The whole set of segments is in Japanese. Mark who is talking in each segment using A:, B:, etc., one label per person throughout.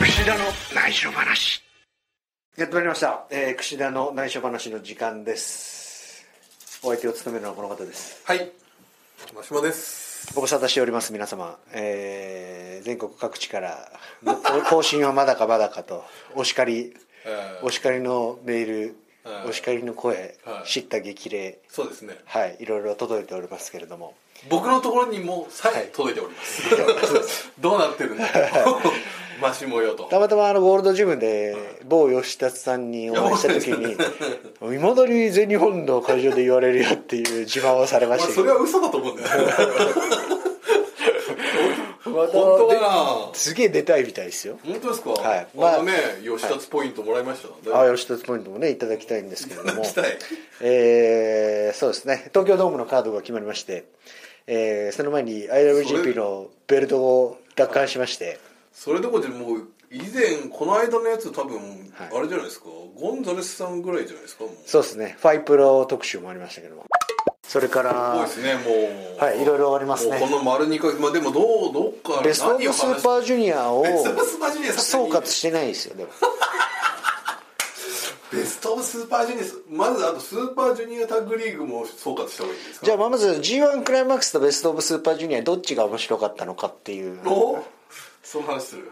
A: 串田の内緒話やってまいりました、えー、串田の内緒話の時間ですお相手を務めるのはこの方です
B: はい。マシュマです。
A: ご無沙汰しております皆様、えー全国各地から の更新はまだかまだかとお叱り
B: えー
A: お叱りのメール
B: はい
A: お叱りの声
B: はい
A: 叱咤激励
B: そうですね。
A: はいいろいろ届いておりますけれども
B: 僕のところにもさえ届いております。どうな ってるんだろう。マシュモよと。
A: たまたまあのゴールドジムで某吉達さんにお会いした時にいまだに全日本の会場で言われるよっていう自慢をされま
B: ま
A: し
B: あ
A: たけ
B: それは
A: ど
B: 嘘だと思うんだよ。
A: 本
B: 本当だな。本
A: すげえ出たいみたいですよ
B: 当ですか。
A: はい
B: あのね、
A: まあ
B: 吉立ポイントもらいました。
A: あ
B: い。
A: 吉達ポイントもねいただきたいんですけれ ども
B: 行きたい。
A: えーそうですね東京ドームのカードが決まりまして、えーその前に IWGP のベルトを奪還しまして
B: それどころじゃもう以前この間のやつ多分
A: はい
B: あれじゃないですか。ゴンザレスさんぐらいじゃないですか。もう
A: そうですねファイプロ特集もありましたけどもそれか
B: 多いで
A: ら
B: すね。もう。
A: はいいろいろありますね
B: もうこの丸二ヶ月まあでもどうどっか
A: ベスト・オブ・スーパージュニアを
B: ベストオブスーパージュニアさ
A: 総
B: んに
A: 括してないですよでも
B: ベスト・オブ・スーパージュニアスまずあとスーパージュニアタッグリーグも総括した方がいいんですか
A: じゃあまず g 1クライマックスとベスト・オブ・スーパージュニアどっちが面白かったのかっていう
B: おその話する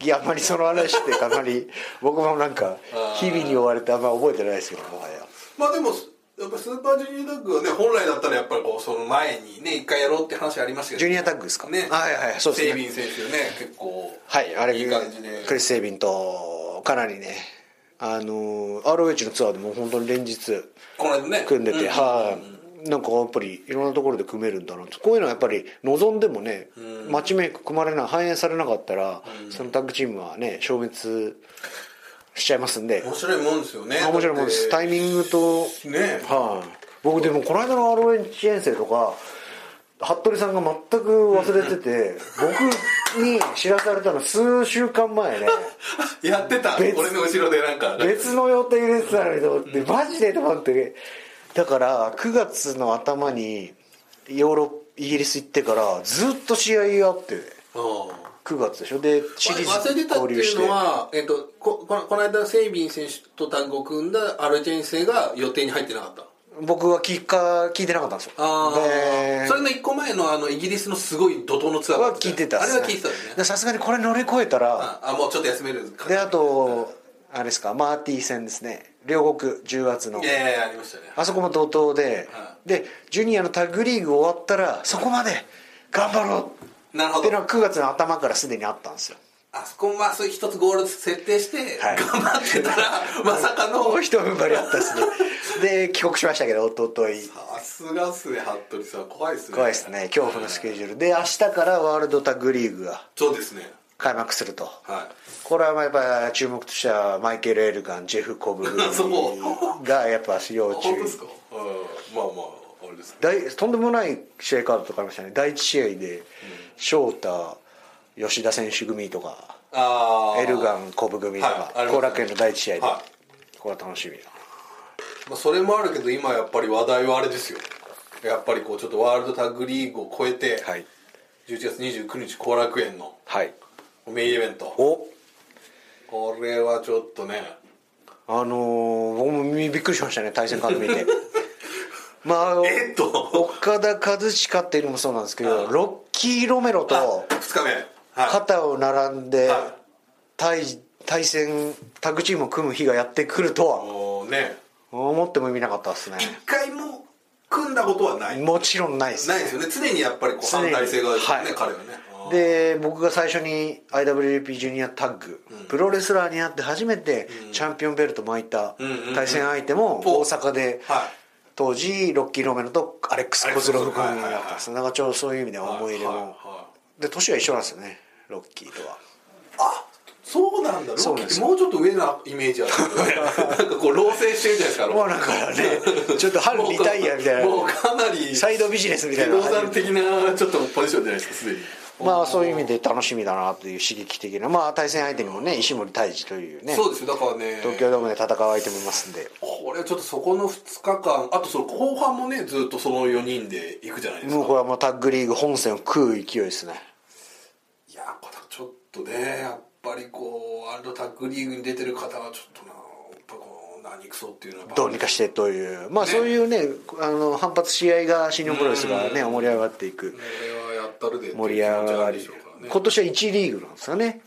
A: いやあまりその話っていうかあまり 僕もなんか
B: あー
A: 日々に追われてあんま覚えてないですけどもはや
B: まあでもやっぱスーパージュニアタッグはね本来だったらやっぱりこうその前にね一回やろうって話ありましたけど
A: ジュニアタッグですか
B: ね
A: はいはいはいそうですね
B: セイビン選手ね結構
A: はいあれ
B: いい感じで
A: クリス・セイビンとかなりねあのー ROH のツアーでも本当に連日
B: この間ね
A: 組んでて、
B: う
A: はいなんかやっぱりいろんなところで組めるんだなってこういうのはやっぱり望んでもね、マッチメイク組まれない反映されなかったら、そのタッグチームはね消滅しちゃいますんで
B: 面白いもんですよね
A: 面白いもんです
B: だっ
A: タイミングと
B: てね
A: はい、僕でもこの間の ROH 遠征とか服部さんが全く忘れて て、僕に知らされたの数週間前ね
B: やってた
A: 別
B: 俺の後ろでなんか
A: 別の予定入れてたのにと思ってマジでと思ってだから9月の頭にヨーロッイギリス行ってからずっと試合あって
B: うん
A: 9月でしょでシリー
B: 忘れ
A: ズ
B: てたっ
A: 交
B: て
A: 流
B: い
A: し
B: う
A: て
B: のは、えっと、ここのこの間セイビン選手とタッグを組んだアルジェンセが予定に入ってなかった
A: 僕は聞か聞いてなかったんですよ
B: あ
A: で
B: あそれの一個前のあのイギリスのすごい怒涛のツアーがあ
A: は
B: っ
A: 聞
B: たじゃ
A: い
B: ん
A: てたっ
B: あれ
A: す
B: は聞いてたよね
A: でさすがにこれ乗り越えたら、
B: ああもうちょっと休める感じ
A: であとあれですかマーティー戦ですね両国10月の
B: いやいやいやありましたね
A: あそこも同等で、
B: は
A: でジュニアのタッグリーグ終わったらそこまで頑張ろ
B: なる
A: うっ
B: ほ
A: ていうの
B: ど
A: は9月の頭からすでにあったんですよ
B: あそこまあそういう一つゴール設定して
A: はい
B: 頑張ってたら、 まさかの
A: もう一踏ん張りあったですね で帰国しましたけどおととい
B: さすがっすね服部さん怖いっすね
A: 怖いですね恐怖のスケジュールで明日からワールドタッグリーグが
B: そうですね
A: 開幕すると
B: は
A: これはやっぱ注目としてはマイケル・エルガンジェフ・コブグ
B: そ
A: リがやっぱ要
B: い
A: 注
B: 本当
A: 意
B: ですかうんまあまああれですね
A: 大とんでもない試合カードとかありましたね第1試合で翔太吉田選手組とか
B: ああ
A: エルガンコブ組と
B: はいあ
A: か
B: りますね
A: 後楽園の第1試合で
B: は
A: これは楽しみだ
B: まあ、それもあるけど今やっぱり話題はあれですよやっぱりこうちょっとワールドタッグリーグを超えて、
A: はい
B: 11月29日後楽園の
A: はい
B: メインイベント
A: お
B: これはちょっとね
A: あのー僕もびっくりしましたね対戦カード見 てまああの
B: えっと
A: 岡田和親っていうのもそうなんですけど
B: あ
A: ロッキー・ロメロと
B: 2日目は
A: 肩を並んで
B: は
A: 対対戦タッグチームを組む日がやってくると
B: い
A: は
B: もうね
A: 思ってもみなかったですね
B: 一回も組んだことはない
A: もちろんないです
B: ないですよね常にやっぱりこう
A: 常に
B: 反対性があるよね、
A: はい
B: 彼はねあー
A: で僕が最初に IWGP ジュニアタッグ、プロレスラーになって初めてチャンピオンベルト巻いた
B: んうんうん
A: 対戦相手も
B: お
A: 大阪で、
B: はい
A: 当時ロッキー・ロメロとアレックス・コズロフ君
B: はいはいはい
A: だったんですだからちょうどそういう意味では思い入れも、
B: はいはいはい
A: で年は一緒なんですよねロッキー とは
B: あそうなんだロ
A: そう
B: ッ
A: なんです
B: キーって
A: よ
B: もうちょっと上なイメージあるけ どねなんかこう老成してるじゃないですかロッキー
A: もうだからねちょっと半リタイアみたい
B: もう
A: な
B: かなり
A: サイドビジネスみたいな
B: 不動産的なちょっとポジションじゃないですかすでに
A: まあそういう意味で楽しみだなという刺激的なまあ対戦相手にもね石森泰治というね
B: そうですよだからね
A: 東京ドームで戦う相手もいますんで
B: これはちょっとそこの2日間あとその後半もねずっとその4人で行くじゃないです
A: もう
B: か
A: これはもうタッグリーグ本戦を食う勢いですね
B: いやこれはちょっとねやっぱぱりこうワールドタッグリーグに出てる方はちょっとなやっぱこう何クソっていうのはやっぱ
A: どうにかしてというまあそういうねあの反発し合いが新日本プロレスがね盛り上がっていく
B: これはやったるでっていう
A: 盛り上
B: 気持ちあ
A: が
B: る
A: り
B: でしょうからね
A: 今年は1リーグなんですよね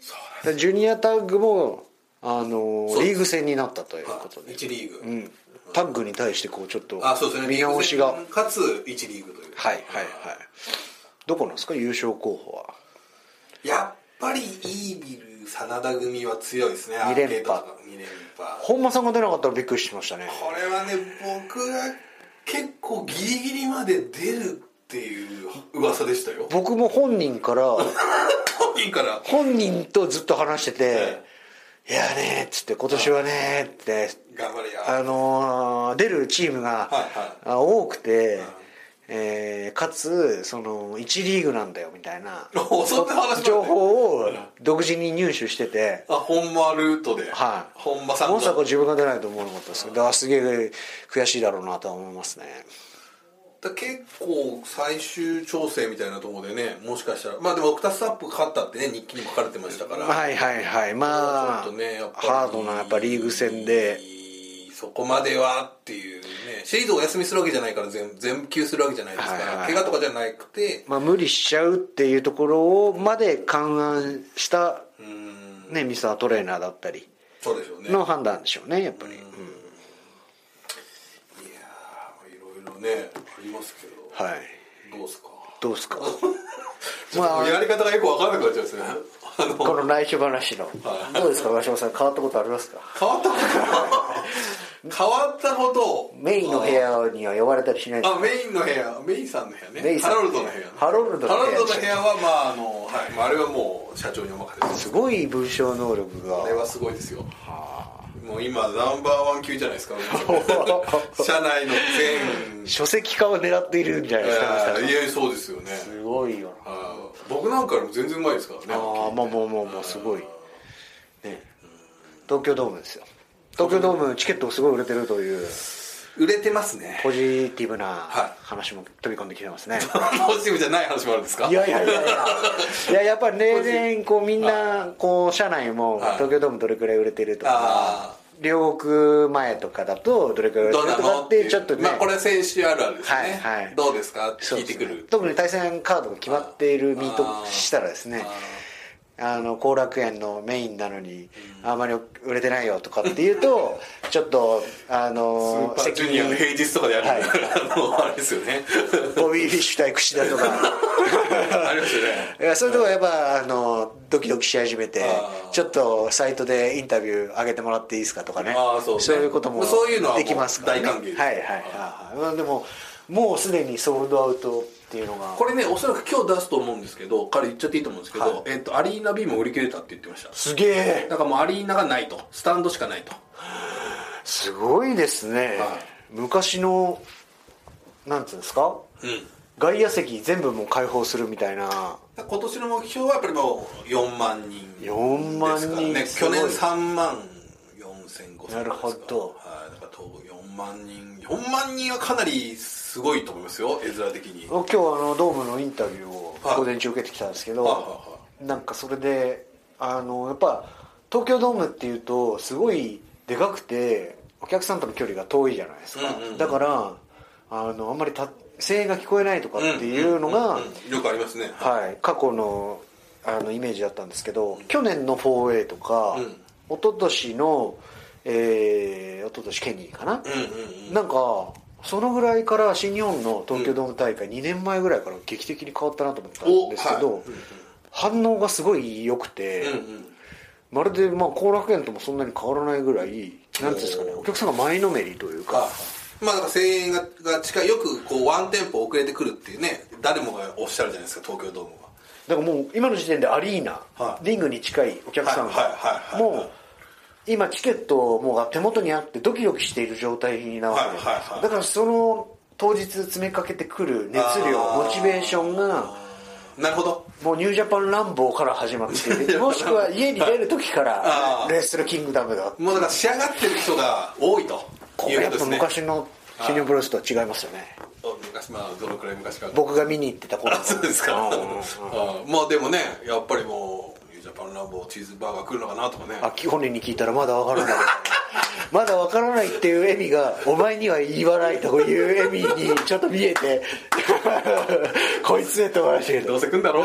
B: そう
A: だからジュニアタッグもあの
B: うです
A: リーグ戦になったということ
B: だ
A: で、
B: 1リーグ、
A: うん、タッグに対してこうちょっと
B: あそうですね
A: 見直しがは
B: リー
A: い
B: グ戦かつ1リーグという
A: はいはいどこなんですか優勝候補は
B: やっぱりイービル真田組は強いですね
A: 二連覇
B: アーケードとか二連覇
A: 本間さんが出なかったらびっくりしましたね
B: これはね僕が結構ギリギリまで出るっていう噂でしたよ
A: 僕も本人から
B: 本人から
A: 本人とずっと話してて「いやね」っつって「今年はね」って
B: 頑張れや
A: あのー出るチームが
B: は
A: あ多くて、えーかつその1リーグなんだよみたいな
B: おそんな話まで
A: 情報を独自に入手してて。
B: あ本間ルートで、
A: はい、
B: 本間さん
A: まさ
B: が
A: か自分が出ないと思わなかったですけどだからすげえ悔しいだろうなとは思いますね
B: だ結構最終調整みたいなところでねもしかしたらまあでもオクタスアップ勝ったってね日記にも書かれてましたから、
A: はいはいはいまあ
B: ちょっとねやっぱり
A: ハードなやっぱリーグ戦で
B: そこまではっていうねシリーズお休みするわけじゃないから全全休するわけじゃないですから、
A: はいはい
B: 怪我とかじゃなくて
A: まあ、無理しちゃうっていうところをまで勘案した、
B: うーん
A: ね、ミスタートレーナーだったり
B: そうでしょうねいや
A: の判断でしょうねやっぱり、うん
B: ーいろいろねありますけど、
A: はい
B: どうですか
A: どうです か
B: ちょっともうやり方がよく分からなくなっちゃうんですねあの
A: この内緒話のどうですか上島さん変わったことありますか
B: 変わったこと変わったことを
A: メインの部屋には呼ばれたりしないです
B: あ
A: か
B: メインの部屋メイさんの部屋ね
A: メイさん
B: ハロルドの部屋ね
A: ハロルドの部屋
B: ハロルドの部屋はまああの、はいまあ、あれはもう社長にお任せです
A: すごい文章能力が
B: あれはすごいですよもう今ナンバーワン級じゃない ですか社内の全
A: 書籍化を狙っているんじゃないですか上島さん
B: いやいやそうですよね
A: すごいよな
B: あー僕なんかよりも全然うまいですからね
A: ああもうもうもうもうすごいね東京ドームですよ東京ドームチケットすごい売れてるという
B: 売れてますね
A: ポジティブな
B: はい
A: 話も飛び込んできてますね
B: ポジティブじゃ ない話もあるんですか
A: いやいやいやいやいややっぱり例年こうみんなこう社内も
B: はい
A: 東京ドームどれくらい売れてるとか
B: あ
A: 両国前とかだとどれくらい売れ
B: ど
A: て
B: う
A: る
B: な
A: とか
B: の
A: ってちょっとね
B: まあ、これは選手あるあるですね、
A: はいはい
B: どうですかって
A: そう
B: 聞い
A: です
B: て
A: ね
B: くる
A: 特に対戦カードが決まっている身と
B: あー
A: したらですねあの後楽園のメインなのにあまり売れてないよとかっていう とちょっとあ
B: スー
A: の
B: パージュニアの平日とかでやる、
A: はい
B: あのあれですよ ね
A: ボビー・フィッシュ対櫛田と か
B: ありますよね
A: いやそういうとこやっぱあのドキドキし始めて
B: あー
A: ちょっとサイトでインタビュー上げてもらっていいですかとかね
B: あーそうね
A: いうことも
B: そういうのはもう
A: できますから、ね、
B: 大歓迎です
A: はいはいはいはいまあでももうすでにソールドアウトっていうのが
B: これねおそらく今日出すと思うんですけど彼言っちゃっていいと思うんですけど、
A: はい
B: えっとアリーナ B も売り切れたって言ってました
A: すげえ
B: だからもうアリーナがないとスタンドしかないと
A: すごいですね、
B: は
A: 昔のなんていうんですか
B: うん
A: 外野席全部もう開放するみたいな
B: 今年の目標はやっぱりもう4万人ですから
A: 4万人すご
B: ね去
A: い
B: 年3万4千5千
A: なるほど
B: はいだからと4万人4万人はかなりすごいと思いますよ絵面的に
A: 今日あのドームのインタビューを
B: はい
A: 午前中受けてきたんですけど、
B: はいはいは
A: なんかそれであのやっぱ東京ドームっていうとすごいでかくてお客さんとの距離が遠いじゃないですか、
B: うんうんうん
A: だからあのあんまりた声援が聞こえないとかっていうのが、
B: んんうんよくありますね
A: はい、過去のあのイメージだったんですけど、去年の 4A とか、
B: うん
A: 一昨年の、えー、一昨年ケニーかな、
B: うんうんうん
A: なんかそのぐらいから新日本の東京ドーム大会、2年前ぐらいから劇的に変わったなと思ったんですけど、
B: おはい
A: 反応がすごい良くて、
B: うんうん
A: まるでまあ後楽園ともそんなに変わらないぐらいなんていうんですかねお客さんが前のめりというか、
B: まあなんか声援がが近いよくこうワンテンポ遅れてくるっていうね誰もがおっしゃるじゃないですか東京ドームは
A: だからもう今の時点でアリーナ、
B: はい
A: リングに近いお客さん
B: はい
A: が
B: はいはいはいはい
A: もう今チケットもう手元にあってドキドキしている状態なわけじゃないですか、
B: はいはいはい
A: だからその当日詰めかけてくる熱量
B: あー
A: モチベーションが
B: なるほど
A: もうニュージャパン乱暴から始まってもしくは家に出る時か
B: あ
A: ら
B: ー
A: レッスルキングダムだ
B: もうだから仕上がってる人が多いと
A: こ
B: い
A: れ
B: う
A: や
B: こ
A: っ
B: とで
A: ぱ
B: すね
A: 昔の新日本プロレスとは違いますよね
B: お昔まあどのくらい昔か
A: 僕が見に行ってた頃
B: あそうですか
A: うん
B: あまあでもねやっぱりもうニュージャパンランボーチーズバーガー来るのかなとかね
A: あき本人に聞いたらまだわからない まだわからないっていう笑みがお前には言わないという笑みにちょっと見えて こいつねと思いましたけ
B: ど
A: ど
B: うせ来んだろう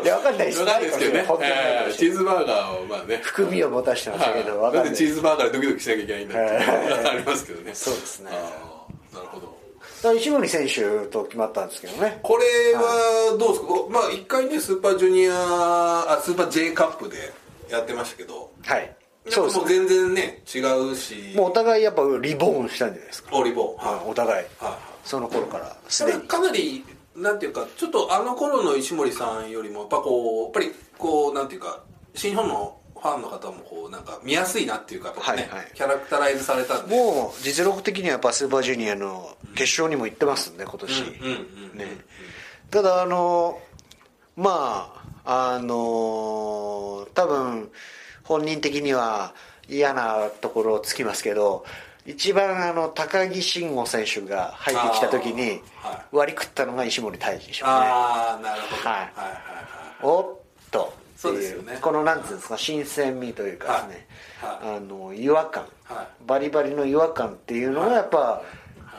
A: いやわかんないです
B: わかんないですけどね
A: 本当にわかんない
B: えーチーズバーガーをまあね
A: 含みを持たしてましたけどわか
B: なんん
A: な
B: で
A: い
B: チーズバーガーでドキドキしなきゃいけないんだっていうありますけどね
A: そうですね
B: あーなるほど
A: だから石森選手と決まったんですけどね
B: これはどうですか、おまあ一回ねスーパージュニアあスーパー J カップでやってましたけど
A: はい
B: そ
A: そううです
B: もう
A: ね
B: 全然ね違うし
A: もうお互いやっぱリボーンしたんじゃないですか
B: オリボン
A: あ
B: は
A: お互い
B: いはい
A: その頃からす
B: た
A: で
B: だ
A: に
B: かなりなんていうかちょっとあの頃の石森さんよりもやっぱこうやっぱりこうなんていうか新日本のファンの方もこうなんか見やすいなっていうかやっぱね、
A: はいはい
B: キャラクタライズされたんで
A: もう実力的にはやっぱスーパージュニアの決勝にも行ってますんで今年、
B: うんうんうん
A: ね、ただあのまああの多分本人的には嫌なところをつきますけど一番あの高木慎吾選手が入ってきた時に
B: あーはい
A: 割り食ったのが石森大輝でしょうね
B: ああなるほど、
A: はい
B: はいはいはい
A: おっとってい
B: そうですよね
A: このなんていうんですか新鮮味というかですね、
B: はい
A: あの違和感、
B: は
A: バリバリの違和感っていうのがやっぱ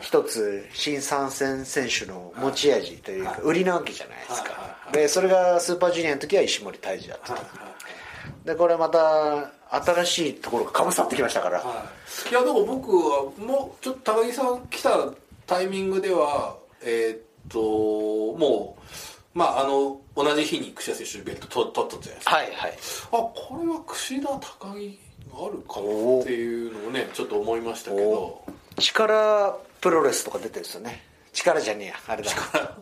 A: 一つ新参戦選手の持ち味というか売りなわけじゃないです
B: はいは
A: かでそれがスーパージュニアの時は石森泰治だったとでこれまた新しいところがかぶさってきましたから
B: はい、いやでも僕はもうちょっと高木さん来たタイミングではえーっともうまああの同じ日に櫛田選手ベルトと取ったじゃないですか
A: はいはい
B: あこれは櫛田高木あるかなっていうのをねちょっと思いましたけど
A: 力プロレスとか出てるんですよね力じゃねえやあれだ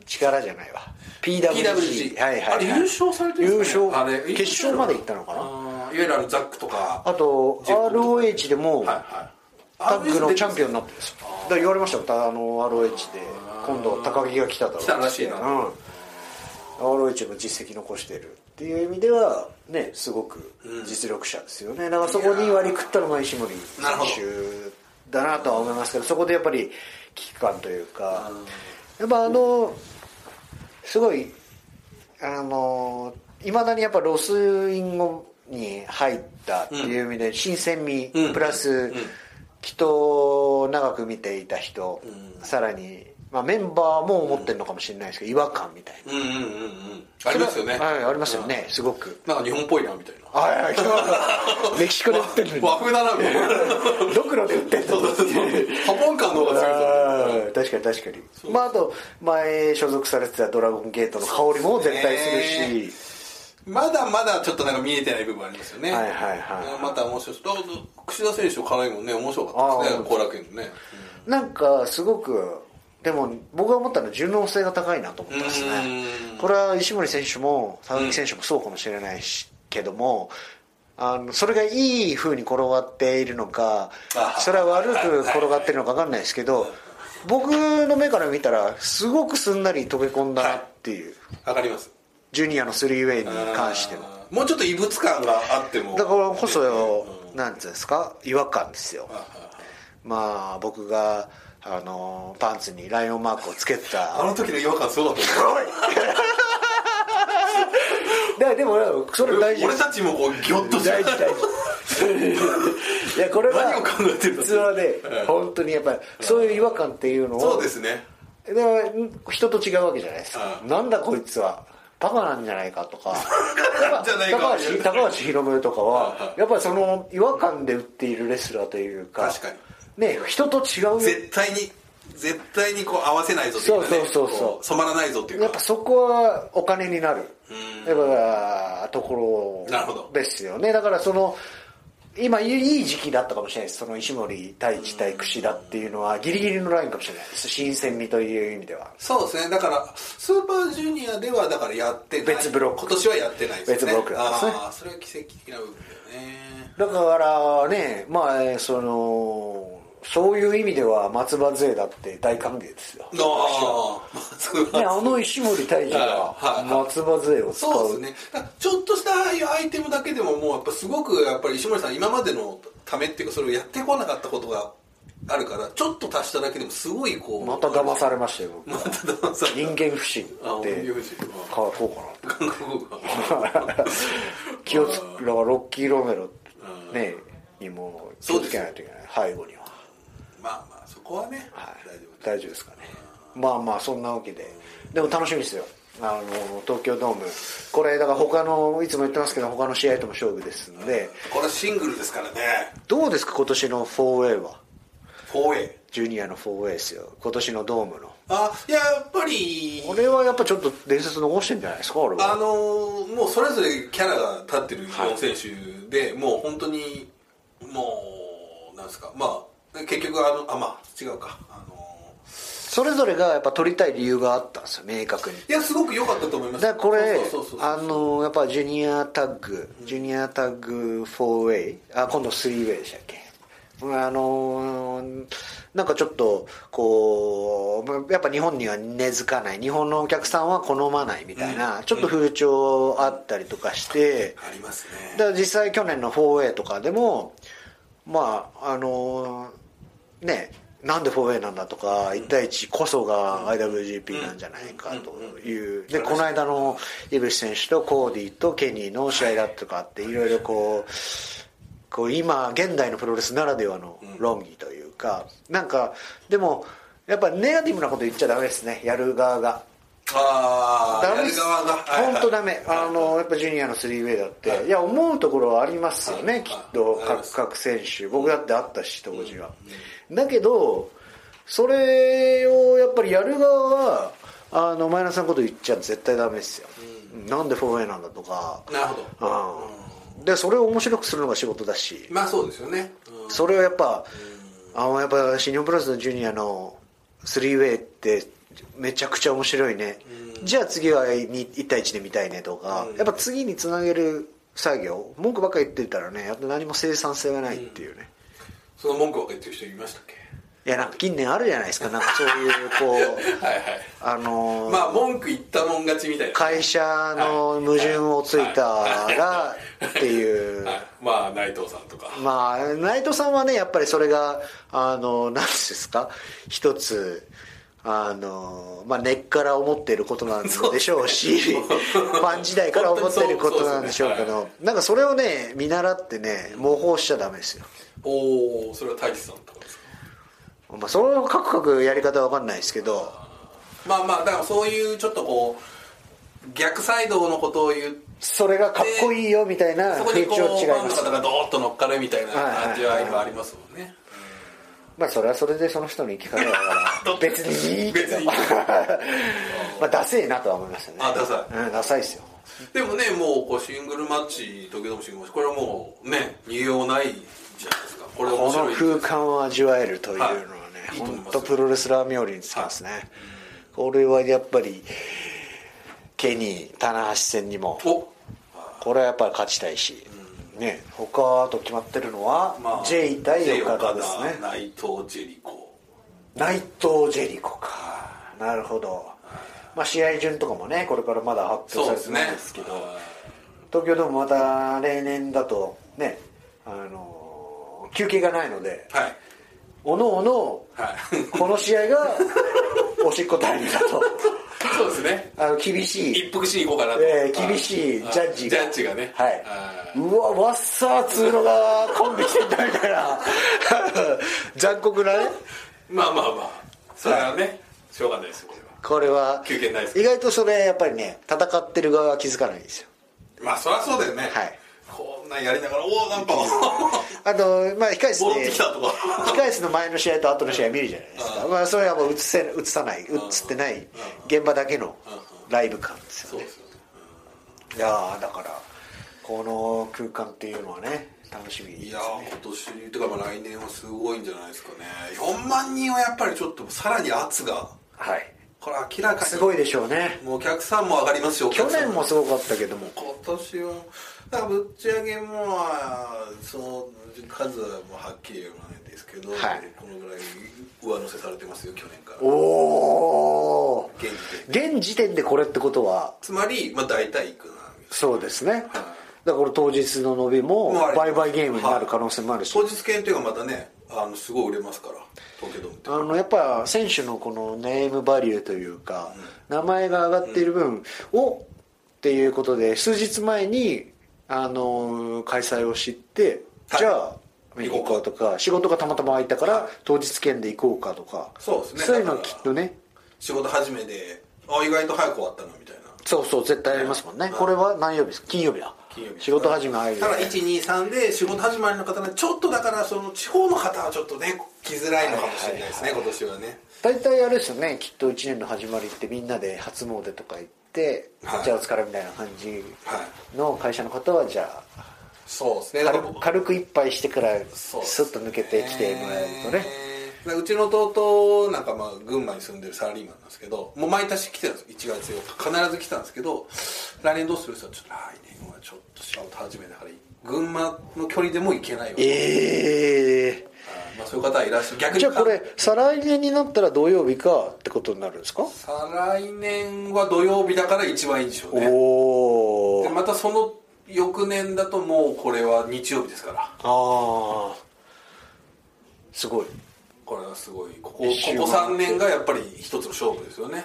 A: 力じゃないわ PWG
B: PWG
A: はいはい、
B: あ
A: はい、
B: れ優勝されてるんですかね
A: 優勝
B: あれ
A: 決勝まで行ったのかな
B: あーいわゆるあのザックとか
A: あと
B: ジェコとか
A: ROH でも
B: はいはい
A: タッグのチャンピオンに
B: の
A: なってるんですよだから言われましたよたあの ROH で今度高木が来ただろう
B: 来たらしいな
A: うん ROH の実績残してるっていう意味ではねすごく実力者ですよね、だからそこに割り食ったのが石森選
B: なるほど
A: 手だなとは思いますけどそこでやっぱり危機感というかやっぱあのすごいあのいまだにやっぱロスインゴに入ったっていう意味で、新鮮味、
B: うん
A: プラス、きっと長く見ていた人、
B: う
A: さらに、まあ、メンバーも思ってるのかもしれないですけど、違和感みたいな
B: うんうんうんうんありますよね
A: はい、ありますよね、すごく
B: なんか日本っぽいなみたいな
A: はいはいメキシコで売って る
B: 和風だなみたいな
A: のにドクロで売ってるのに
B: ハポン感の方が強い
A: あー確かに確かにまああと前所属されてたドラゴンゲートの香りも絶対するし
B: とまだまだちょっとなんか見えてない部分ありますよね
A: はいはいはい
B: また面白いあ櫛田選手の辛いもんね面白かったですね後楽園のね
A: なんかすごくでも僕が思ったのは順応性が高いなと思ったんですね
B: うん
A: これは石森選手も高木選手もそうかもしれないし、けどもあのそれがいい風に転がっているのか
B: あ
A: それは悪く転がってるのか分かんないですけど僕の目から見たらすごくすんなり溶け込んだなっていう、
B: わかります
A: ジュニアのスリーウェイに関しても
B: あーもうちょっと異物感があっても
A: だからこそよ、なんていうんですか違和感ですよまあ僕があのパンツにライオンマークをつけてた
B: あの時の違和感すごかった
A: ででもそれ大事
B: 俺たちもこうギョッとして
A: 大事大 事いやこれは
B: 何を考えてるんだ
A: 普通はね本当にやっぱりそういう違和感っていうのを
B: そうですね
A: だから人と違うわけじゃないですか、
B: う
A: なんだこいつはバカなんじゃないかとか
B: じゃないか
A: 高橋高橋宏夢とかはやっぱりその違和感で打っているレスラーというか
B: 確かに
A: ね人と違う
B: 絶対に絶対にこう合わせないぞっていうかね
A: そうそうそうそう
B: こ染まらないぞっていうか
A: やっぱそこはお金になる
B: うん
A: やっぱとこ
B: なるほど
A: ろですよねだからその今いい時期だったかもしれないですその石森対一対櫛田っていうのはギリギリのラインかもしれないです新鮮味という意味では
B: そうですねだからスーパージュニアではだからやってない
A: 別ブロック
B: 今年はやってないですね
A: 別ブロックなんですね
B: ああそれは奇跡的な部分だよね
A: だからねまあえーそのそういう意味では松葉勢だって大歓迎ですよ、ね、
B: ああ そう
A: あの石森大治が
B: はいはい
A: 松葉勢を使う
B: そうですねだからちょっとしたああいうアイテムだけでももうやっぱすごくやっぱり石森さん今までのためっていうかそれをやってこなかったことがあるからちょっと足しただけでもすごいこう
A: また騙されましたよ
B: また騙され
A: 人間不信
B: あ
A: って
B: 人間不信
A: かこうかな 気をつだからロッキー・ロメロ、
B: うん
A: ね、にも気
B: そ
A: を
B: うで
A: つ
B: す
A: け
B: よ
A: ないといけない背後には、
B: まあまあそこはね、
A: はい、
B: 大丈夫
A: 大丈夫ですかねまあまあそんなわけででも楽しみですよあの東京ドームこれだから他のいつも言ってますけど他の試合とも勝負ですので
B: これはシングルですからね
A: どうですか今年の 4A は
B: 4A
A: ジュニアの 4A ですよ今年のドームの
B: あやっぱり
A: これはやっぱちょっと伝説残してんじゃないですか俺
B: あ
A: は
B: のーもうそれぞれキャラが立ってる
A: はい
B: 4選手で、もう本当にもうなんですかまあ結局あのあまあ違うかあの
A: それぞれがやっぱ取りたい理由があったんですよ明確に
B: ーいやすごく良かったと思います
A: だからこれ
B: そうそうそうそう
A: あのやっぱジュニアタッグジュニアタッグ 4way あ今度 3way でしたっけあのなんかちょっとこうやっぱ日本には根付かない日本のお客さんは好まないみたいな、ちょっと風潮あったりとかして、
B: ありますね
A: だから実際去年の 4A とかでもまああのねなんで 4A なんだとか1対1こそが IWGP なんじゃないかというでこの間の井口選手とコーディとケニーの試合だとかっていろいろこうこう今現代のプロレスならではの論議というかなんかでもやっぱネガティブなこと言っちゃダメですねやる側が。
B: ああ
A: ダメ
B: や
A: で
B: る
A: す
B: 側が
A: 本当ダメ、あのやっぱジュニアの 3way だって、い、や思うところはありますよね、
B: はい
A: きっと
B: はいありま
A: 各
B: す
A: 各選手僕だってあったし当時は、だけどそれをやっぱりやる側はあの前田さんのこと言っちゃ絶対ダメですよ、なんで 4way なんだとか、
B: なるほど
A: うん、でそれを面白くするのが仕事だし、
B: まあそうですよね、うん
A: それをやっぱ、あのやっぱ新日本プロレスのジュニアの 3way ってめちゃくちゃ面白いね、じゃあ次はに1対1で見たいねとか、やっぱ次につなげる作業文句ばっかり言ってたらねやっぱ何も生産性がないっていうね、
B: その文句を言ってる人いましたっけ
A: いやなんか近年あるじゃないですかなんかそういうこう
B: はいはい
A: あのー
B: まあ文句言ったもん勝ちみたいな、
A: 会社の矛盾をついたらっていう
B: はい、まあ内藤さんとか
A: まあ内藤さんはねやっぱりそれがあの何ですか一つあの、まあ、根っから思っていることなんでしょうしファン時代から思っていることなんでしょうけ
B: 本当にそう
A: どなんかそれをね見習ってね模倣しちゃダメですよ。
B: おおそれは太一さんとかですか
A: まあ、そのカクカクやり方は分かんないですけど
B: まあまあだからそういうちょっとこう逆サイドのことを言って
A: それがかっこいいよみたいな
B: そこ
A: 風
B: にこうフ
A: 潮違い
B: ァン
A: ま
B: の
A: す
B: 方がドーッと乗っかるみたいな感じは今ありますもんね
A: まあそれはそれでその人の生き方だから別にいいけど
B: 別 に
A: まあダセえなとは思いましたね
B: あダサ
A: い、うん、ダサいですよ
B: でもねもうこうシングルマッチ東京ドームシングルマッチこれはもうね逃げようないじゃないですかこれは面
A: こ
B: 白い
A: の空間を味わえるというのはね、
B: はいいいと思い
A: 本
B: ます
A: 当プロレスラー冥利につきますね、これはやっぱりケニー棚橋戦にも
B: お
A: これはやっぱり勝ちたいし、ね他と決まってるのは、
B: まあ
A: J 対
B: J
A: 岡田ですね
B: 岡田内藤ジェリコ
A: 内藤ジェリコかなるほど、まあ、試合順とかもねこれからまだ発
B: そう
A: 表
B: で
A: さ
B: す
A: れて
B: ね
A: ないですけど東京ドームまた例年だとねあの休憩がないので
B: はい
A: おのおの
B: はい
A: この試合がおしっこタイム だと
B: そうですね
A: あの厳しい、
B: 一服しに行こうかなと、
A: えー厳しいジャッジ
B: ジ
A: が
B: ャッジがね
A: はいうわわっさー通路が混んできてんだみたい な残酷なね
B: まあまあまあそれはね、しょうがないですよこれは
A: これは
B: 休憩ないですか
A: 意外とそれやっぱりね戦ってる側は気づかないんですよ
B: まあそりゃそうだよね、
A: はい
B: こんなんやりながらおおなん か
A: あとまあ控え室
B: 戻って
A: で
B: きたとか
A: 控え室の前の試合と後の試合見るじゃないですか、まあ、それはもう映せ映さない映ってない現場だけのライブ感です
B: そ
A: よ
B: う
A: ね
B: ですよね
A: いやーだからこの空間っていうのはね楽しみ
B: いやー今年とかまあ来年はすごいんじゃないですかね4万人はやっぱりちょっとさらに圧が
A: はい
B: これ明らかに
A: すごいでしょうね
B: もうお客さんも上がりますよ
A: 去年もすごかったけども
B: 今年はだからぶっち上げもまあその数はもうはっきり言わないですけど、
A: はい
B: このぐらい上乗せされてますよ去年から
A: おお
B: 現時点
A: 現時点でこれってことは
B: つまり、まあ、大体いくな
A: そうですねだから当日の伸びも
B: もうあれ
A: 売買ゲームになる可能性もあるし
B: 当日券っていうのはまたねあのすごい売れますから東京ドームって
A: あのやっぱ選手のこのネームバリューというか名前が上がっている分をっていうことで数日前に、あのー開催を知って、
B: はい
A: じゃあ見に行こうとか仕事がたまたま空いたから当日券で行こうかとか
B: そうですね
A: そういうのはきっとね
B: 仕事始めであ意外と早く終わったなみたいな
A: そうそう絶対ありますもんね、これは何曜日ですか金曜日だ
B: 金曜日
A: 仕事始め入る
B: ただ123で仕事始まりの方がちょっとだからその地方の方はちょっとね来づらいのかもしれないですね、今年はね
A: 大体あれですよねきっと1年の始まりってみんなで初詣とか行って、
B: はい
A: じゃあお疲れみたいな感じ
B: はい
A: の会社の方はじゃあ
B: そうですねだか
A: 軽
B: ら
A: く軽く一杯してからス
B: そう
A: ッと抜けてきてもらえるとね
B: だからうちの弟なんかまあ群馬に住んでるサラリーマンなんですけどもう毎年来てたんですよ1月4日必ず来てたんですけど来年どうするって言ったらちょっと来年はちょっと仕事始めだから群馬の距離でも行けないわ、
A: ええ
B: はいまあ、そういう方はいらっしゃる逆に
A: じゃあこれ再来年になったら土曜日かってことになるんですか、
B: 再来年は土曜日だから一番いいんでしょうね
A: お
B: で
A: お
B: またその翌年だともうこれは日曜日ですから
A: ああすごい
B: これはすごいここここ
A: 一周回って
B: 3年がやっぱり一つの勝負ですよね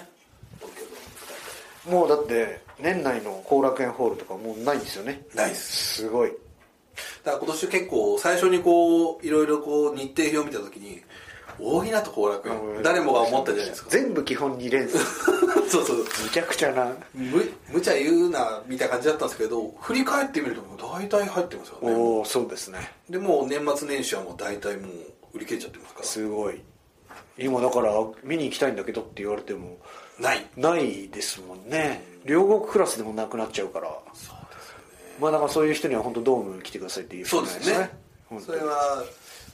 A: もうだって年内の後楽園ホールとかもうないんですよね
B: ないです
A: すごい
B: だから今年結構最初にこういろいろこう日程表を見た時に大喜なと後楽園誰もが思ったじゃないですか
A: 全部基本2連戦
B: そうそう
A: むちゃくちゃ な
B: む無茶言うなみたいな感じだったんですけど振り返ってみるともう大体入ってますよね
A: おおそうですね
B: でもう年末年始はもう大体もう売り切れちゃってますか
A: すごい今だから見に行きたいんだけどって言われても
B: らない
A: ないですもんね両国クラスでもなくなっちゃうから
B: そうですよね
A: まあだからそういう人には本当ドームに来てくださいっていうし
B: そ
A: か
B: うで
A: ない
B: すね
A: 本
B: そ
A: 当に
B: れは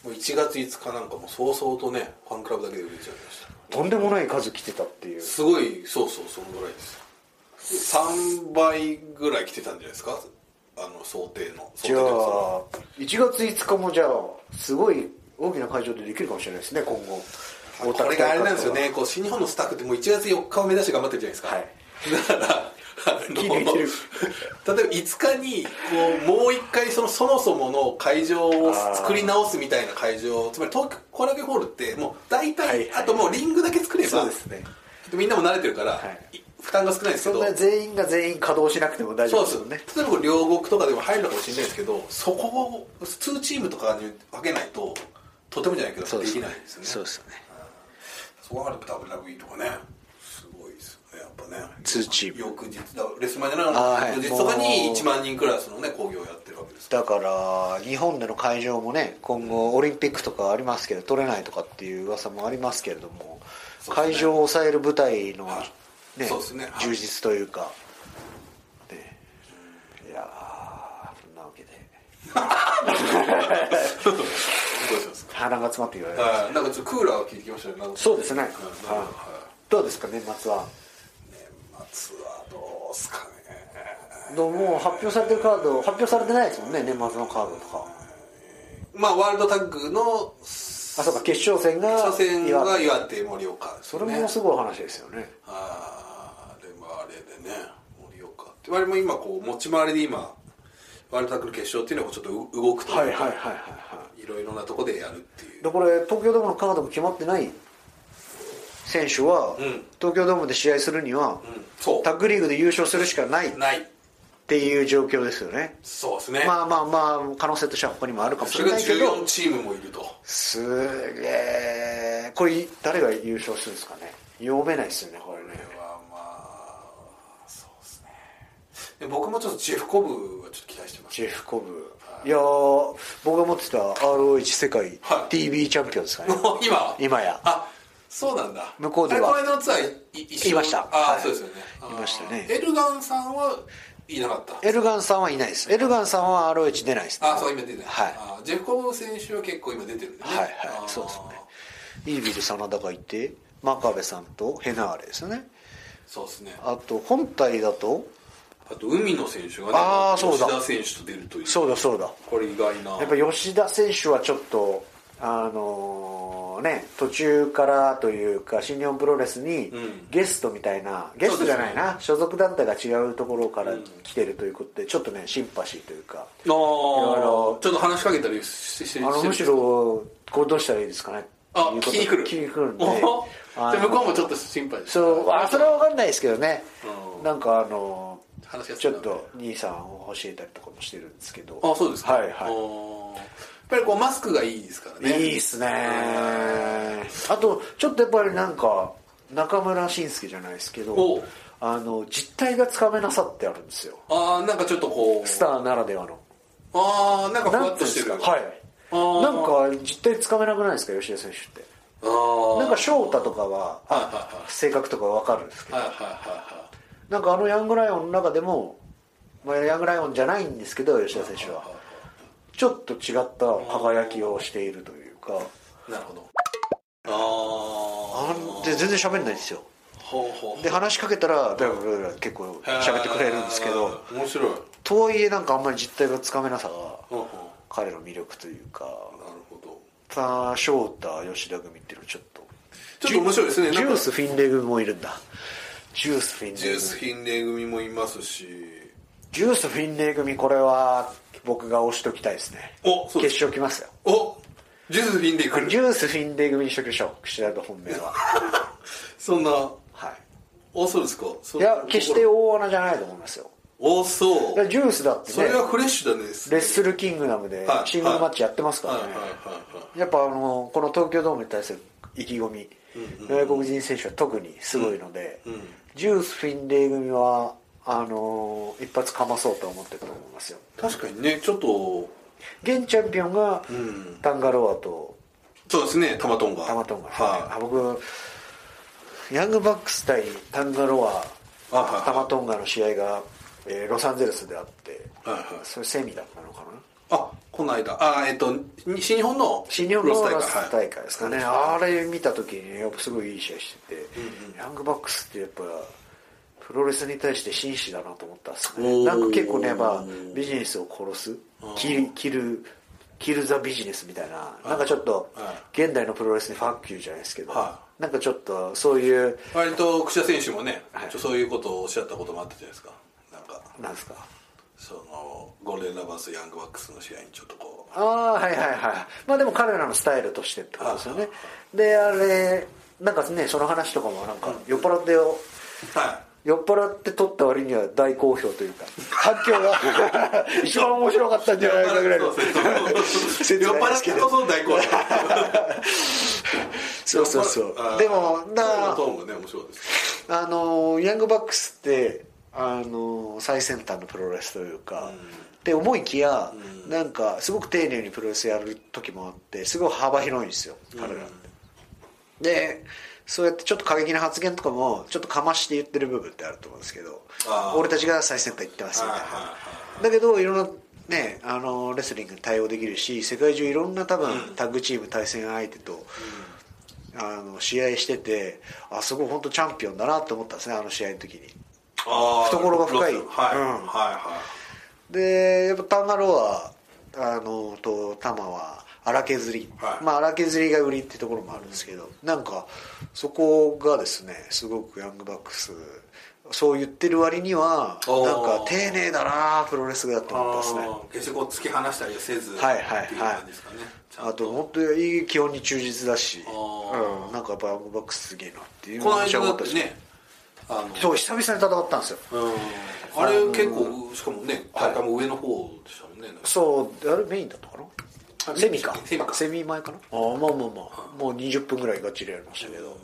B: もう1月5日なんかも早々とねファンクラブだけで売れちゃいました
A: とんでもない数来てたっていう
B: すごいそうそうそのぐらいです3倍ぐらい来てたんじゃないですかあの想定の想定
A: じゃ
B: と
A: あ
B: いうかそ
A: 1
B: の
A: 月5日もじゃあすごい大きな会場でできるかもしれないですね今後
B: まあこれがあれなんですよねこう新日本のスタッフってもう1月4日を目指して頑張ってるじゃないですか、だからあの
A: 気抜いてる
B: 例えば5日にこうもう一回そのそもそもの会場を作り直すみたいな会場つまり東京コラボホールってもう大体、
A: はいはい
B: あともうリングだけ作れば
A: そうですね
B: みんなも慣れてるから、
A: はい
B: 負担が少ないです
A: そ
B: け
A: ん
B: ど
A: な全員が全員稼働しなくても大丈
B: そう
A: 夫
B: で
A: です
B: す
A: よね
B: 例えばこれ両国とかでも入るのかもしれないですけどそこを2チームとかに分けないととてもじゃないけどできないですよね
A: そうですね
B: そこがあると WWE とかねすごいですよねやっぱね
A: ツーチーム
B: 翌日だレスマニアの
A: あーはい
B: 翌日とかに
A: もう
B: 1万人クラスのね興行をやってるわけです
A: だから日本での会場もね今後オリンピックとかありますけど取れないとかっていう噂もありますけれども、
B: そうですね
A: 会場を抑える舞台の、
B: はい
A: ね
B: そうですねはい
A: 充実というか、ね、いやーそんなわけで
B: どう しますか
A: 鼻が詰まって言われる
B: はいなんかちょっとクーラーを聞いてきましたねなんか
A: そうですね
B: んなんかは
A: どうですか年末はい
B: 年末はどうすかね
A: どうもう発表されてるカード発表されてないですもんね年末のカードとか
B: まあワールドタッグの
A: あそうか決勝戦が
B: 初戦
A: い
B: が
A: わ
B: 岩手盛岡です
A: そ
B: ね
A: れもすごい話ですよね
B: あーでもあれでね盛岡って我々も今こう持ち回りで今ワールドタックル決勝っていうのがちょっとう動くというか
A: はいはいはいはいはい
B: ろいろなとこでやるっていう
A: いでこれ東京ドームのカードも決まってない選手は、
B: うん
A: 東京ドームで試合するには、
B: うんそ
A: タッグリーグで優勝するしかないっ
B: うない
A: ていう状況ですよね
B: そうですね、
A: まあまあまあ可能性としては他にもあるかもし
B: そ
A: れ
B: れ
A: な
B: が
A: いけ
B: 14
A: ど
B: チームもいると
A: すげえこれ誰が優勝するんですかね読めないですよねこれ
B: これ
A: ね
B: はまあそうですねで僕もちょっとジェフコブはちょっと期待してます
A: ジェフコブいやー僕が持ってた ROH 世界
B: はい
A: TV チャンピオンですかね
B: 今
A: 今や
B: あそうなんだ
A: 向こうでは
B: あれこの間のツアーいい一緒
A: いました
B: あ、
A: はい
B: そうですよねあー
A: いましたね
B: エルガンさんはいなかった
A: エルガンさんはいないですエルガンさんは ROH 出ないですね
B: あそう今出てない、
A: はい
B: あジェフコブ選手は結構今出てるんでね
A: はいはい
B: あー
A: そうですねイービル真田がいて真壁さんとヘナーレですよね
B: そうですねあ
A: あと本体だと
B: と海野選手がね
A: あーそうだ
B: 吉田選手と出るという
A: そうだそうだ
B: これ意外な
A: やっぱ吉田選手はちょっとあのーね途中からというか新日本プロレスに
B: うん
A: ゲストみたいな、ゲストじゃないな、所属団体が違うところから来てるということでちょっとねシンパシーというか
B: あー
A: いろいろ
B: ちょっと話しかけたりしして
A: あのむしろこれどうしたらいいですかねっ
B: あ
A: ていうこ
B: 聞
A: と
B: きに来る
A: 聞きに来るんで
B: おほじゃ
A: あ
B: あ
A: の
B: 向こうもちょっと心配です
A: そうあそれは分かんないですけどね、
B: うん
A: なんかあの
B: 話が
A: ちょっと兄さんを教えたりとかもしてるんですけど
B: あそうですか
A: はいはい
B: いやっぱりこうマスクがいいですから
A: い
B: ね
A: いっすねあとちょっとやっぱりなんか中村信介じゃないですけ
B: お
A: ど
B: う
A: あの実態がつかめなさってあるんですよ
B: ああなんかちょっとこう
A: スターならではの
B: ああなんかふ
A: な
B: わ
A: ん
B: っとしてる
A: うんですかはい
B: あー
A: なんか実態つかめなくないですか吉田選手って
B: あー
A: なんか翔太とかは
B: はいはいはい
A: 性格とかわかるんですけど
B: はいはいは
A: なんかあのヤングライオンの中でも、まあ、ヤングライオンじゃないんですけど吉田選手はちょっと違った輝きをしているというか
B: いはいなるほどあ
A: あんで全然喋んないんですよ
B: あほうほう
A: で話しかけたらブラブラブラ結構喋ってくれるんですけど
B: へー面白い
A: とはいえなんかあんまり実態がつかめなさが
B: ほうほ
A: 彼の魅力というか
B: うなるほど
A: さあ翔太吉田組っていうのはちょっと
B: ちょっと面白いですね
A: ジ
B: なん
A: ュー
B: か
A: スフィンレイ組もいるんだジュースフィンレイ
B: ジュー
A: 組
B: ス品類組もいますし
A: ジュースフィンレイ組これは僕が押しときたいですね
B: おそ
A: 決
B: うです
A: 勝来ますよ
B: おジュース品類来
A: ジ
B: る
A: ュースフィンレイ組にしときましょう櫛田と本命 は
B: そんな
A: は
B: おそうですか
A: い
B: そ
A: い
B: んな
A: や決して大穴じゃないと思いますよ
B: おそ
A: だから
B: う
A: ジュースだって
B: そ
A: ね
B: れはフレッシュだね
A: レッスルキングダムで
B: はい
A: シングルマッチやってますか
B: はい
A: ら
B: は
A: ね、
B: いはいはい
A: やっぱあのこの東京ドームに対する意気込み、外国人選手は特にすごいので、
B: んうん
A: ジュースフィンレイ組はあの一発かまそうと思ってると思いますよ
B: 確かにねちょっと
A: 現チャンピオンが
B: ん
A: タンガロアと
B: そうですねタマトンが
A: タマトンガ、
B: は
A: あ僕ヤングバックス対タンガロ
B: あはいは
A: ア
B: い
A: タマトンガの試合が、えーロサンゼルスであって、
B: はいはい
A: それセミだったのかない
B: あこの間あえっとに新日本の
A: 新日本の
B: ロス
A: ラ
B: 大
A: ス
B: 会
A: 大会ですかね、あれ見た時にやっぱすごいいい試合してて、ヤングバックスってやっぱプロレスに対して紳士だなと思ったんです
B: おー
A: ねなんか結構ね、まあ、ビジネスを殺す切る切る切るザビジネスみたいななんかちょっと
B: は
A: 現代のプロレスにファッキューじゃないですけど、
B: は
A: なんかちょっとそういう
B: 割と櫛田選手もね、ちょそういうことをおっしゃったこともあったじゃないですかなんか
A: なんですか
B: そのゴールデンラバースヤングバックスの試合にちょっとこ
A: ああはいはいはいまあでも彼らのスタイルとしてってことですよねであれなんかねその話とかもなんか酔っ払ってよ
B: うは
A: 酔っ払って撮った割には大好評というか反響が 一番面白かったんじゃないかぐらい の
B: い
A: 切
B: 酔っ
A: ない
B: 払
A: です
B: っ
A: け
B: て
A: ど
B: こそ大好評
A: そうそうそ
B: 酔っ払っ
A: うでも
B: あ
A: な
B: ートーンがね面白いです
A: あのヤングバックスってあの最先端のプロレスというか、で思いきや、なんかすごく丁寧にプロレスやる時もあってすごい幅広いんですよ彼らって、でそうやってちょっと過激な発言とかもちょっとかまして言ってる部分ってあると思うんですけど
B: あー
A: 俺たちが最先端行ってますみたい
B: はいはいは
A: なだけどいろんなねあのレスリングに対応できるし世界中いろんな多分タッグチーム対戦相手と、あの試合しててあそこ本当チャンピオンだなと思ったんですねあの試合の時に
B: あー
A: 懐が深い
B: ロスはい、
A: うん
B: はいは
A: でやっぱタンガロはあのとタマは荒削り、
B: はい
A: まあ荒削りが売りってところもあるんですけど、なんかそこがですねすごくヤングバックスそう言ってる割には
B: おー
A: なんか丁寧だなプロレスがと思ったですね
B: い決してこう突き放したりはせず
A: はいはいはい
B: っていう感じですかねちゃんと
A: あと本当にいい基本に忠実だし、
B: あー
A: うん、なんかやっぱヤングバックスすげえなっていう
B: この間
A: は
B: だっ
A: った
B: て
A: し
B: ねあの
A: そう久々に戦ったんですよ
B: うんあれ結構しかもね大会も上の方でしたもんねなんか
A: そうあれメインだったかな
B: あ
A: セミか
B: セミか
A: セミ前かなああまあまあまあもう20分ぐらいがっちりやりましたけど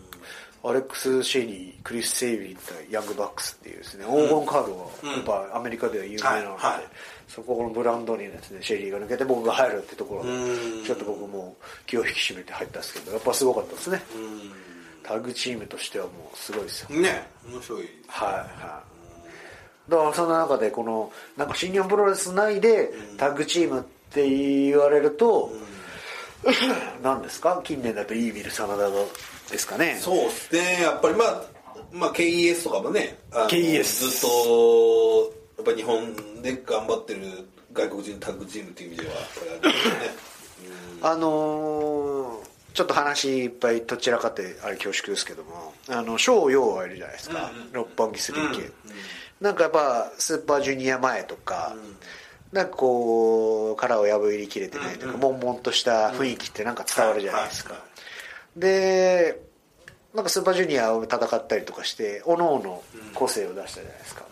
A: アレックス・シェリークリス・セイビー対ヤングバックスっていうですね黄金カードがやっぱアメリカでは有名なので、
B: はいはい
A: そこのブランドにですねシェリーが抜けて僕が入るってところで
B: うん
A: ちょっと僕も気を引き締めて入ったんですけどやっぱすごかったですね
B: う
A: タッグチームとしてはもうすごいですよ
B: んね面白い
A: はいはいだからその中でこのなんか新日本プロレス内でタッグチームって言われると、何ですか近年だとイービル真田ですかね
B: そうですねやっぱりまあまあ KES とかもねあの
A: KES
B: ずっとやっぱ日本で頑張ってる外国人タッグチームっていう意味ではやっ ぱりあれですね
A: あのーちょっと話いっぱいどちらかってあれ恐縮ですけどもあの翔陽はいるじゃないですか、六本木 3K、なんかやっぱスーパージュニア前とか、なんかこう殻を破りきれてないというか、悶々とした雰囲気ってなんか伝わるじゃないですか、
B: はいは
A: でなんかスーパージュニアを戦ったりとかしておのおの個性を出したじゃないですか、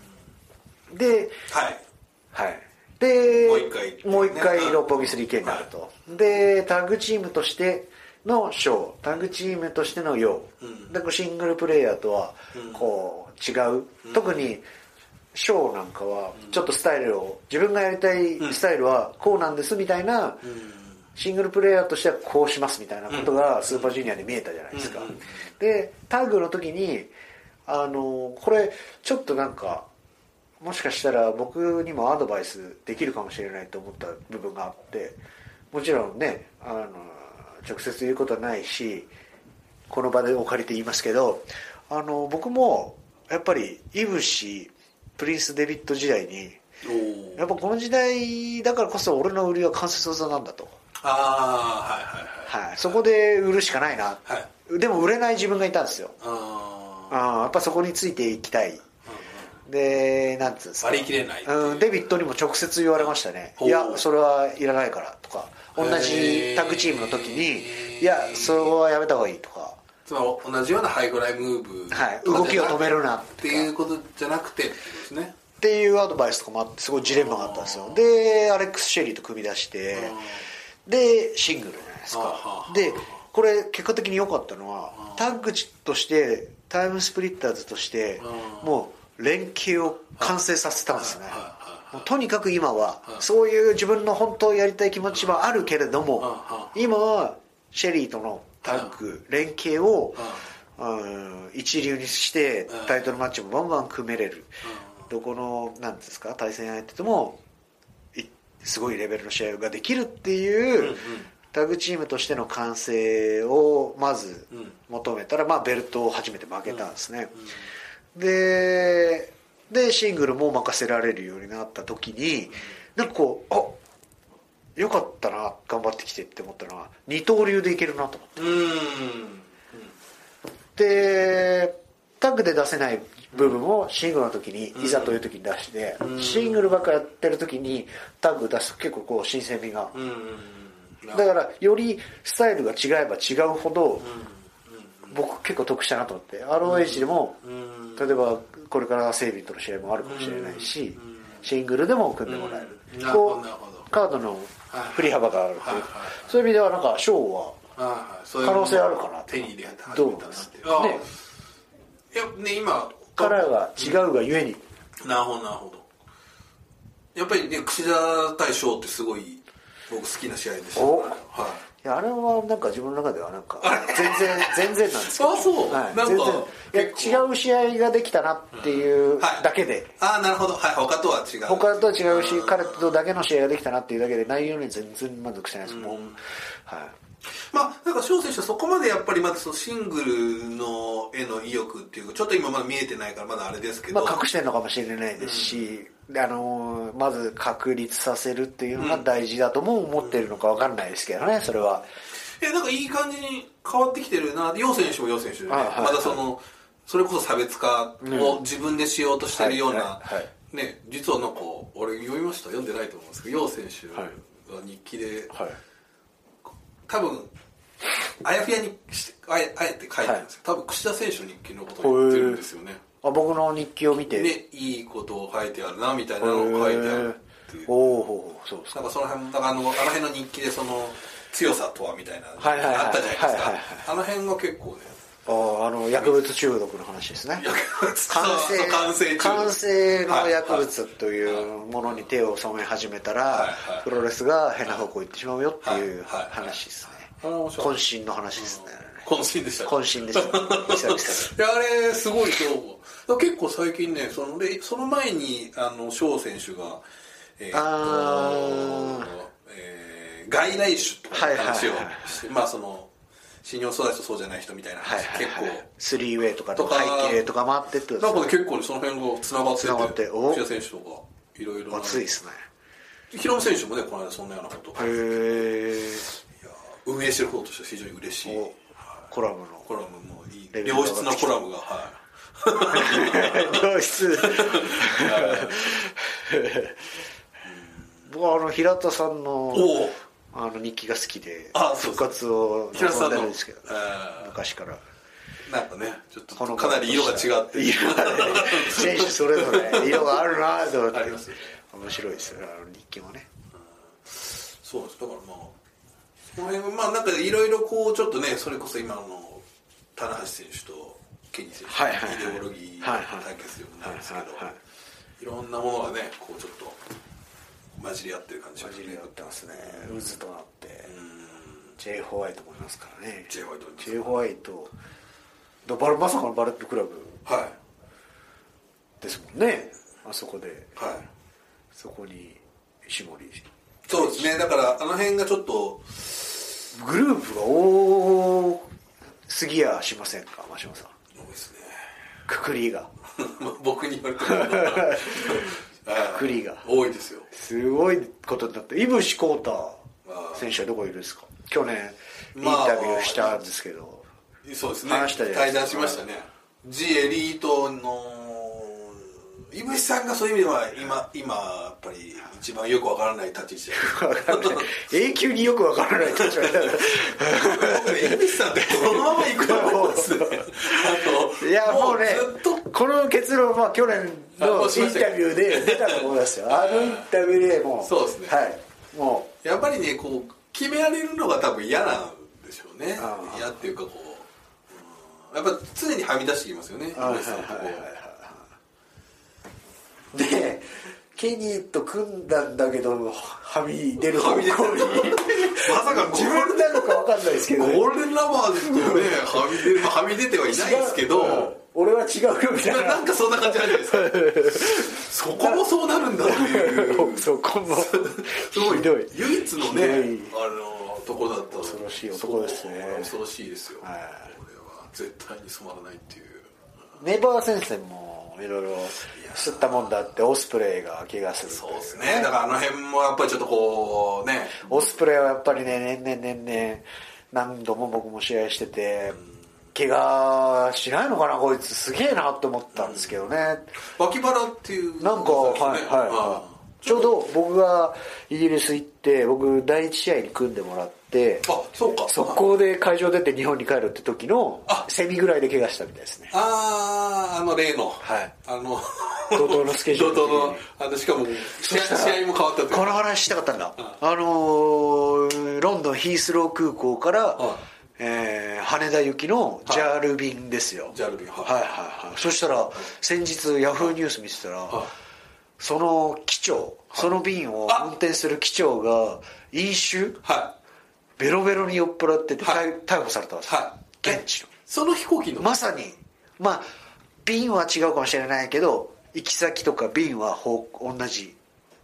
A: で、
B: はい
A: はい、で
B: もう一回
A: もう一回六本木 3K になると、でタッグチームとしての賞タッグチームとしての用、でこうシングルプレイヤーとはこう違う、特にショーなんかはちょっとスタイルを自分がやりたいスタイルはこうなんですみたいな、シングルプレイヤーとしてはこうしますみたいなことがスーパージュニアで見えたじゃないですか、でタッグの時にあのこれちょっとなんかもしかしたら僕にもアドバイスできるかもしれないと思った部分があってもちろんねあの直接言うことはないしこの場でお借りて言いますけどあの僕もやっぱりイブシプリンス・デビッド時代に
B: おー
A: やっぱこの時代だからこそ俺の売りは関節技なんだと、
B: ああ
A: はい、そこで売るしかないな、
B: はいはいはいはい
A: でも売れない自分がいたんですよ
B: あ
A: あーやっぱそこについていきたいでなんつうんです
B: あ
A: か
B: 割り切れない
A: うん、デビッドにも直接言われましたね「
B: ほう
A: いやそれはいらないから」とか同
B: へ
A: じ
B: ー
A: タッグチームの時に「いやそれはやめた方がいい」とか
B: つまり同じようなハイグライムーブ
A: はい動きを止めるな
B: っていうことじゃなくてってことですね
A: っていうアドバイスとかもあってすごいジレンマがあったんですよでアレックス・シェリーと組み出してでシングルじゃないです
B: はあは
A: か
B: あ
A: でこれ結果的に良かったのはタッグとしてタイムスプリッターズとして
B: うん
A: もう連携を完成させたんですね
B: はいはいはい
A: もうとにかく今はそういう自分の本当やりたい気持ちはあるけれど
B: うんうん
A: も今はシェリーとのタッグ連携をうん一流にして
B: うん
A: タイトルマッチもバンバン組めれるどこのなんていうんですか対戦相手ともいすごいレベルの試合ができるっていう、
B: うん
A: タッグチームとしての完成をまず
B: うん
A: 求めたら、まあ、ベルトを初めて負けたんですね、ででシングルも任せられるようになった時になんかこうあよかったな頑張ってきてって思ったのは二刀流でいけるなと思って
B: うんうん
A: でタッグで出せない部分をシングルの時にいざという時に出して、シングルばっかやってる時にタッグ出すと結構こう新鮮味が、
B: うんうん
A: だからよりスタイルが違えば違うほど、僕結構得したなと思って ROH でも、
B: うん
A: 例えばこれから整備との試合もあるかもしれないし、シングルでも組んでもらえる、
B: うんなるほど
A: こう
B: なるほど
A: カードの振り幅があるという、
B: はいはい
A: そういう意味ではなんかショーは
B: ああそういう
A: 可能性あるかなと
B: 手に入れ始
A: ど
B: め
A: う
B: たな
A: で
B: っ
A: す
B: て
A: かね
B: ああいやね今
A: カラーが違うがゆえに、
B: なるほどなるほどやっぱりね櫛田大将ってすごい僕好きな試合でした
A: お
B: はい
A: いやあれはなんか自分の中ではなんか全然全然なんですけど
B: あそう
A: はい、
B: なんか
A: 全
B: 結
A: 然いや違う試合ができたなっていう
B: はい
A: だけで、
B: ああなるほどはい他とは違う
A: 他とは違うし彼とだけの試合ができたなっていうだけで内容に全然満足してないですもうは
B: まあなんか翔選手はそこまでやっぱりまだそのシングルのへの意欲っていうかちょっと今まだ見えてないからまだあれですけ
A: い
B: ど、
A: まあ、隠してるのかもしれないですし、あのーまず確立させるっていうのが大事だとも思ってるのかわかんないですけどねそれは、
B: えなんかいい感じに変わってきてるな楊選手も楊選手でね、
A: はいはい
B: まだそのそれこそ差別化を自分でしようとしてるような、
A: はいはいは
B: ね実はなんか俺読みました読んでないと思うんですけど楊選手は日記で、
A: はい、
B: 多分あやふやにしてあえあえて書いてるんですよ、多分櫛田選手の日記のことを言ってるんですよね
A: あ僕の日記を見て、
B: でいいことを書いてあるなみたいなのを書いてあるっていう
A: おおーそうです
B: な
A: か
B: んかその辺もなんかあのあの辺の日記でその強さとはみたいな、
A: はいはいはい
B: あったじゃないですか、
A: はいはいはい
B: あの辺が結構ね
A: あーあの薬物中毒の話ですね
B: 完
A: 完成
B: 完成中
A: 完成の薬
B: はい
A: 物というものに手を染め始めたら、
B: はいはい
A: プロレスが変な方向行ってしまうよっていう
B: はいはい
A: 話ですね、
B: はい面白い
A: 渾身の話ですね
B: 渾身でしたね
A: 渾身 ですね久々に
B: いやあれすごいと思う結構最近ねそのでその前にあの翔選手がえーっ
A: あ
B: と、えー外来種とかいう話を
A: はいはいはい
B: してまあその信用育ちとそうじゃない人みたいな
A: はい
B: 話、
A: はい
B: 結構、
A: はいスリーウェイとか
B: と
A: の
B: か
A: 背景とかもあってってこと
B: なんか
A: で
B: ね
A: すね
B: 結構ねその辺がつながってて
A: 繋がってお
B: 櫛田選手とかいろいろな
A: 熱いですね
B: ヒロム選手もねこの間そんなようなことを
A: へえ
B: 運営してる方としては非常に嬉しい
A: コラムの
B: コラムもいい
A: レベルが
B: 良
A: 上がって
B: 質
A: きた
B: なコラムがは
A: 教室僕はあの平田さん
B: い
A: の
B: おお
A: あの日記が好きで
B: あそう
A: 復活を
B: 平田
A: 望ん
B: さん
A: で
B: の
A: るんですけど
B: えー
A: 昔から
B: なんかねちょっと
A: ほの
B: かなり色が違って
A: 色がね選手それぞれ色があるなと思って
B: ありますね
A: 面白いですよあの日記もね
B: そうですだからまあその辺はまあなんかいろいろこうちょっとねそれこそ今の棚橋選手とケニー選手
A: はいはいはい
B: のイデオロギー対決ようになるんですけど
A: はいはいはい
B: いろんなものがねこうちょっと混じり合ってる感じが
A: 混じり合ってますね渦となって
B: うーん
A: J ホワイトもいますからね
B: J ホワイトもいます
A: J ホワイトだバルまさかのバレットクラブ
B: はい
A: ですもんねあそこで
B: はい
A: そこに石森
B: そうですねだからあの辺がちょっと
A: グループが多すぎやしませんか真島さん
B: 多いですね
A: くくりが
B: まあ僕に言われて も
A: くくりが
B: 多いですよ
A: すごいことになって井伏浩太
B: あー
A: 選手はどこいるんですか去年イン
B: まあ
A: タビューしたんですけど、
B: そうですね
A: 話したじゃない
B: 対
A: で
B: 談
A: す
B: し
A: か
B: ましたね G エリートの井渕さんがそういう意味では今今やっぱり一番よくわからない立ち位置だ
A: 永久によくわからない立場だか
B: 僕ね井渕さんってこのまま行くと思うんですねあ
A: ら
B: の
A: いやもうね
B: ずっと
A: この結論は去年
B: あも
A: のイ
B: うしま
A: ン
B: した
A: タ
B: か
A: ビューで出たと思い ますよあのインタビューでもう
B: そうですね
A: はいもう
B: やっぱりねこう決められるのが多分嫌なんでしょうね
A: ああ
B: 嫌っていうかこううんやっぱ常にはみ出してきますよね井
A: はい
B: 渕さんってこ
A: はいはいはでケニーと組んだんだけどはみ出る方向に
B: はみ出るうまさか
A: 自分なのかわかんないですけ ど
B: ゴールデンラバーですとねはみ出るまあはみ出てはいないですけど、
A: うん俺は違うよみたい
B: なんかそんな感じあるじゃない ですかそこもそうなるんだっていう
A: なそこも
B: すごい
A: ひどい
B: 唯一のね
A: ひど
B: あのとこだった
A: 恐ろしい男ですね
B: そう恐ろしいですよ、
A: はい
B: これは絶対に染まらないっていう
A: ネイバー戦線もいろいろ吸ったもんだってオスプレイが怪我する
B: そうですねだからあの辺もやっぱりちょっとこうね
A: オスプレイはやっぱりね年々年々何度も僕も試合してて怪我しないのかなこいつすげえなと思ったんですけどね、
B: 脇腹っていう
A: なんか、はいはいはい。ちょうど僕がイギリス行って、僕第一試合に組んでもらって、
B: あそうか
A: 速攻で会場出て日本に帰るって時の
B: あ、
A: セミぐらいで怪我したみたいですね。
B: あああの例の、
A: はい
B: あの
A: 怒涛のスケジュール
B: 怒涛のあのしかも試合試合も変わったという
A: この話したかったんだ。あのー、ロンドンヒースロー空港から
B: はい、
A: えー羽田行きのジャール便ですよ。
B: ジャール便はい
A: はいはいはい。そしたら、先日ヤフーニュース見てたら、
B: はい
A: その機長、その便を運転する機長が、飲酒
B: はい
A: ベロベロに酔っ払ってて、
B: はい
A: 逮逮捕されたんですよ、
B: はい。
A: 現地の
B: えその飛行機の。
A: まさにまあ便は違うかもしれないけど行き先とか便はほう同じ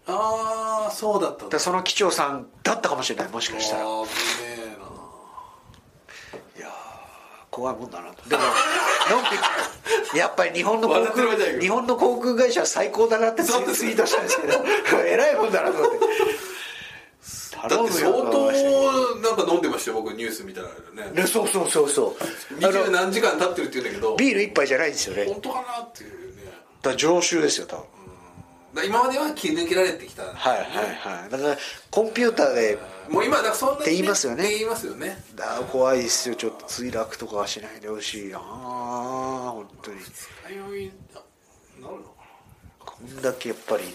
B: ああ、そうだったん
A: だから
B: だ。
A: その機長さんだったかもしれないもしかしたらい
B: あー危ねえな。
A: やー怖いもんだなとでものんきやっぱり日本の航
B: 笑ってる場合じゃない
A: 空
B: よ
A: 日本の航空会社は最高だなってツイ
B: そうです
A: ツイートしたんですけどえらいもんだなと思って
B: だって相
A: 頼むよと思いましたけど
B: 当なんか飲んでましたよ僕ニュース見たらね。
A: ねそうそうそうそう
B: 二
A: あ
B: 十
A: の
B: 何時間経ってるって言うんだけど、
A: ビール一杯じゃないんですよねだか
B: 本当かなっていうね。
A: ら常習ですよ多分
B: だから今までは切り抜けられてきた。
A: はいはいはいだからコンピューターで
B: もう今だからそんなにね
A: って言いますよね
B: って言いますよね。
A: だ怖いっすよちょっと墜落とかはしないでほしいな本当に
B: 通いなるのか
A: こんだけやっぱりね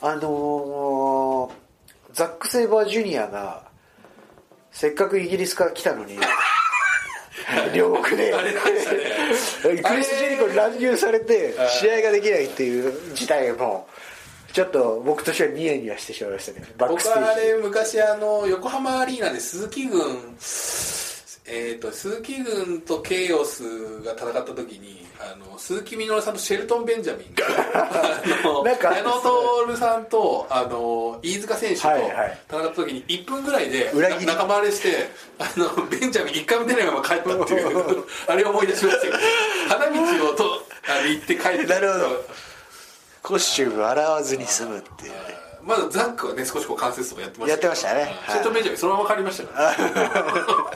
A: あのーザック・セイバージュニアがせっかくイギリスから来たの に両国でクリス・ジェリコに乱入されて試合ができないっていう事態もちょっと僕としてはニヤニヤしてしまいましたねバックス
B: 僕
A: テ
B: はあ
A: ージ
B: れ昔あの横浜アリーナで鈴木軍えっ、と鈴木軍とケイオスが戦った時にあの鈴木みのるさんとシェルトン・ベンジャミ ンがあの
A: なんか
B: 矢野徹さんとあの飯塚選手と
A: は
B: 戦
A: いはい
B: った時に1分ぐらいで
A: 裏切り
B: な仲間割れしてあのベンジャミン1回も出ないまま帰ったっていう あれを思い出しましたけど花道をとあの行って帰って
A: なるほどコスチューム洗わずに済むっていうね
B: まだザックはね少しこう関節とかやってました
A: やってましたねはい
B: シェルトン・ベンジャミンそのまま帰りましたか ら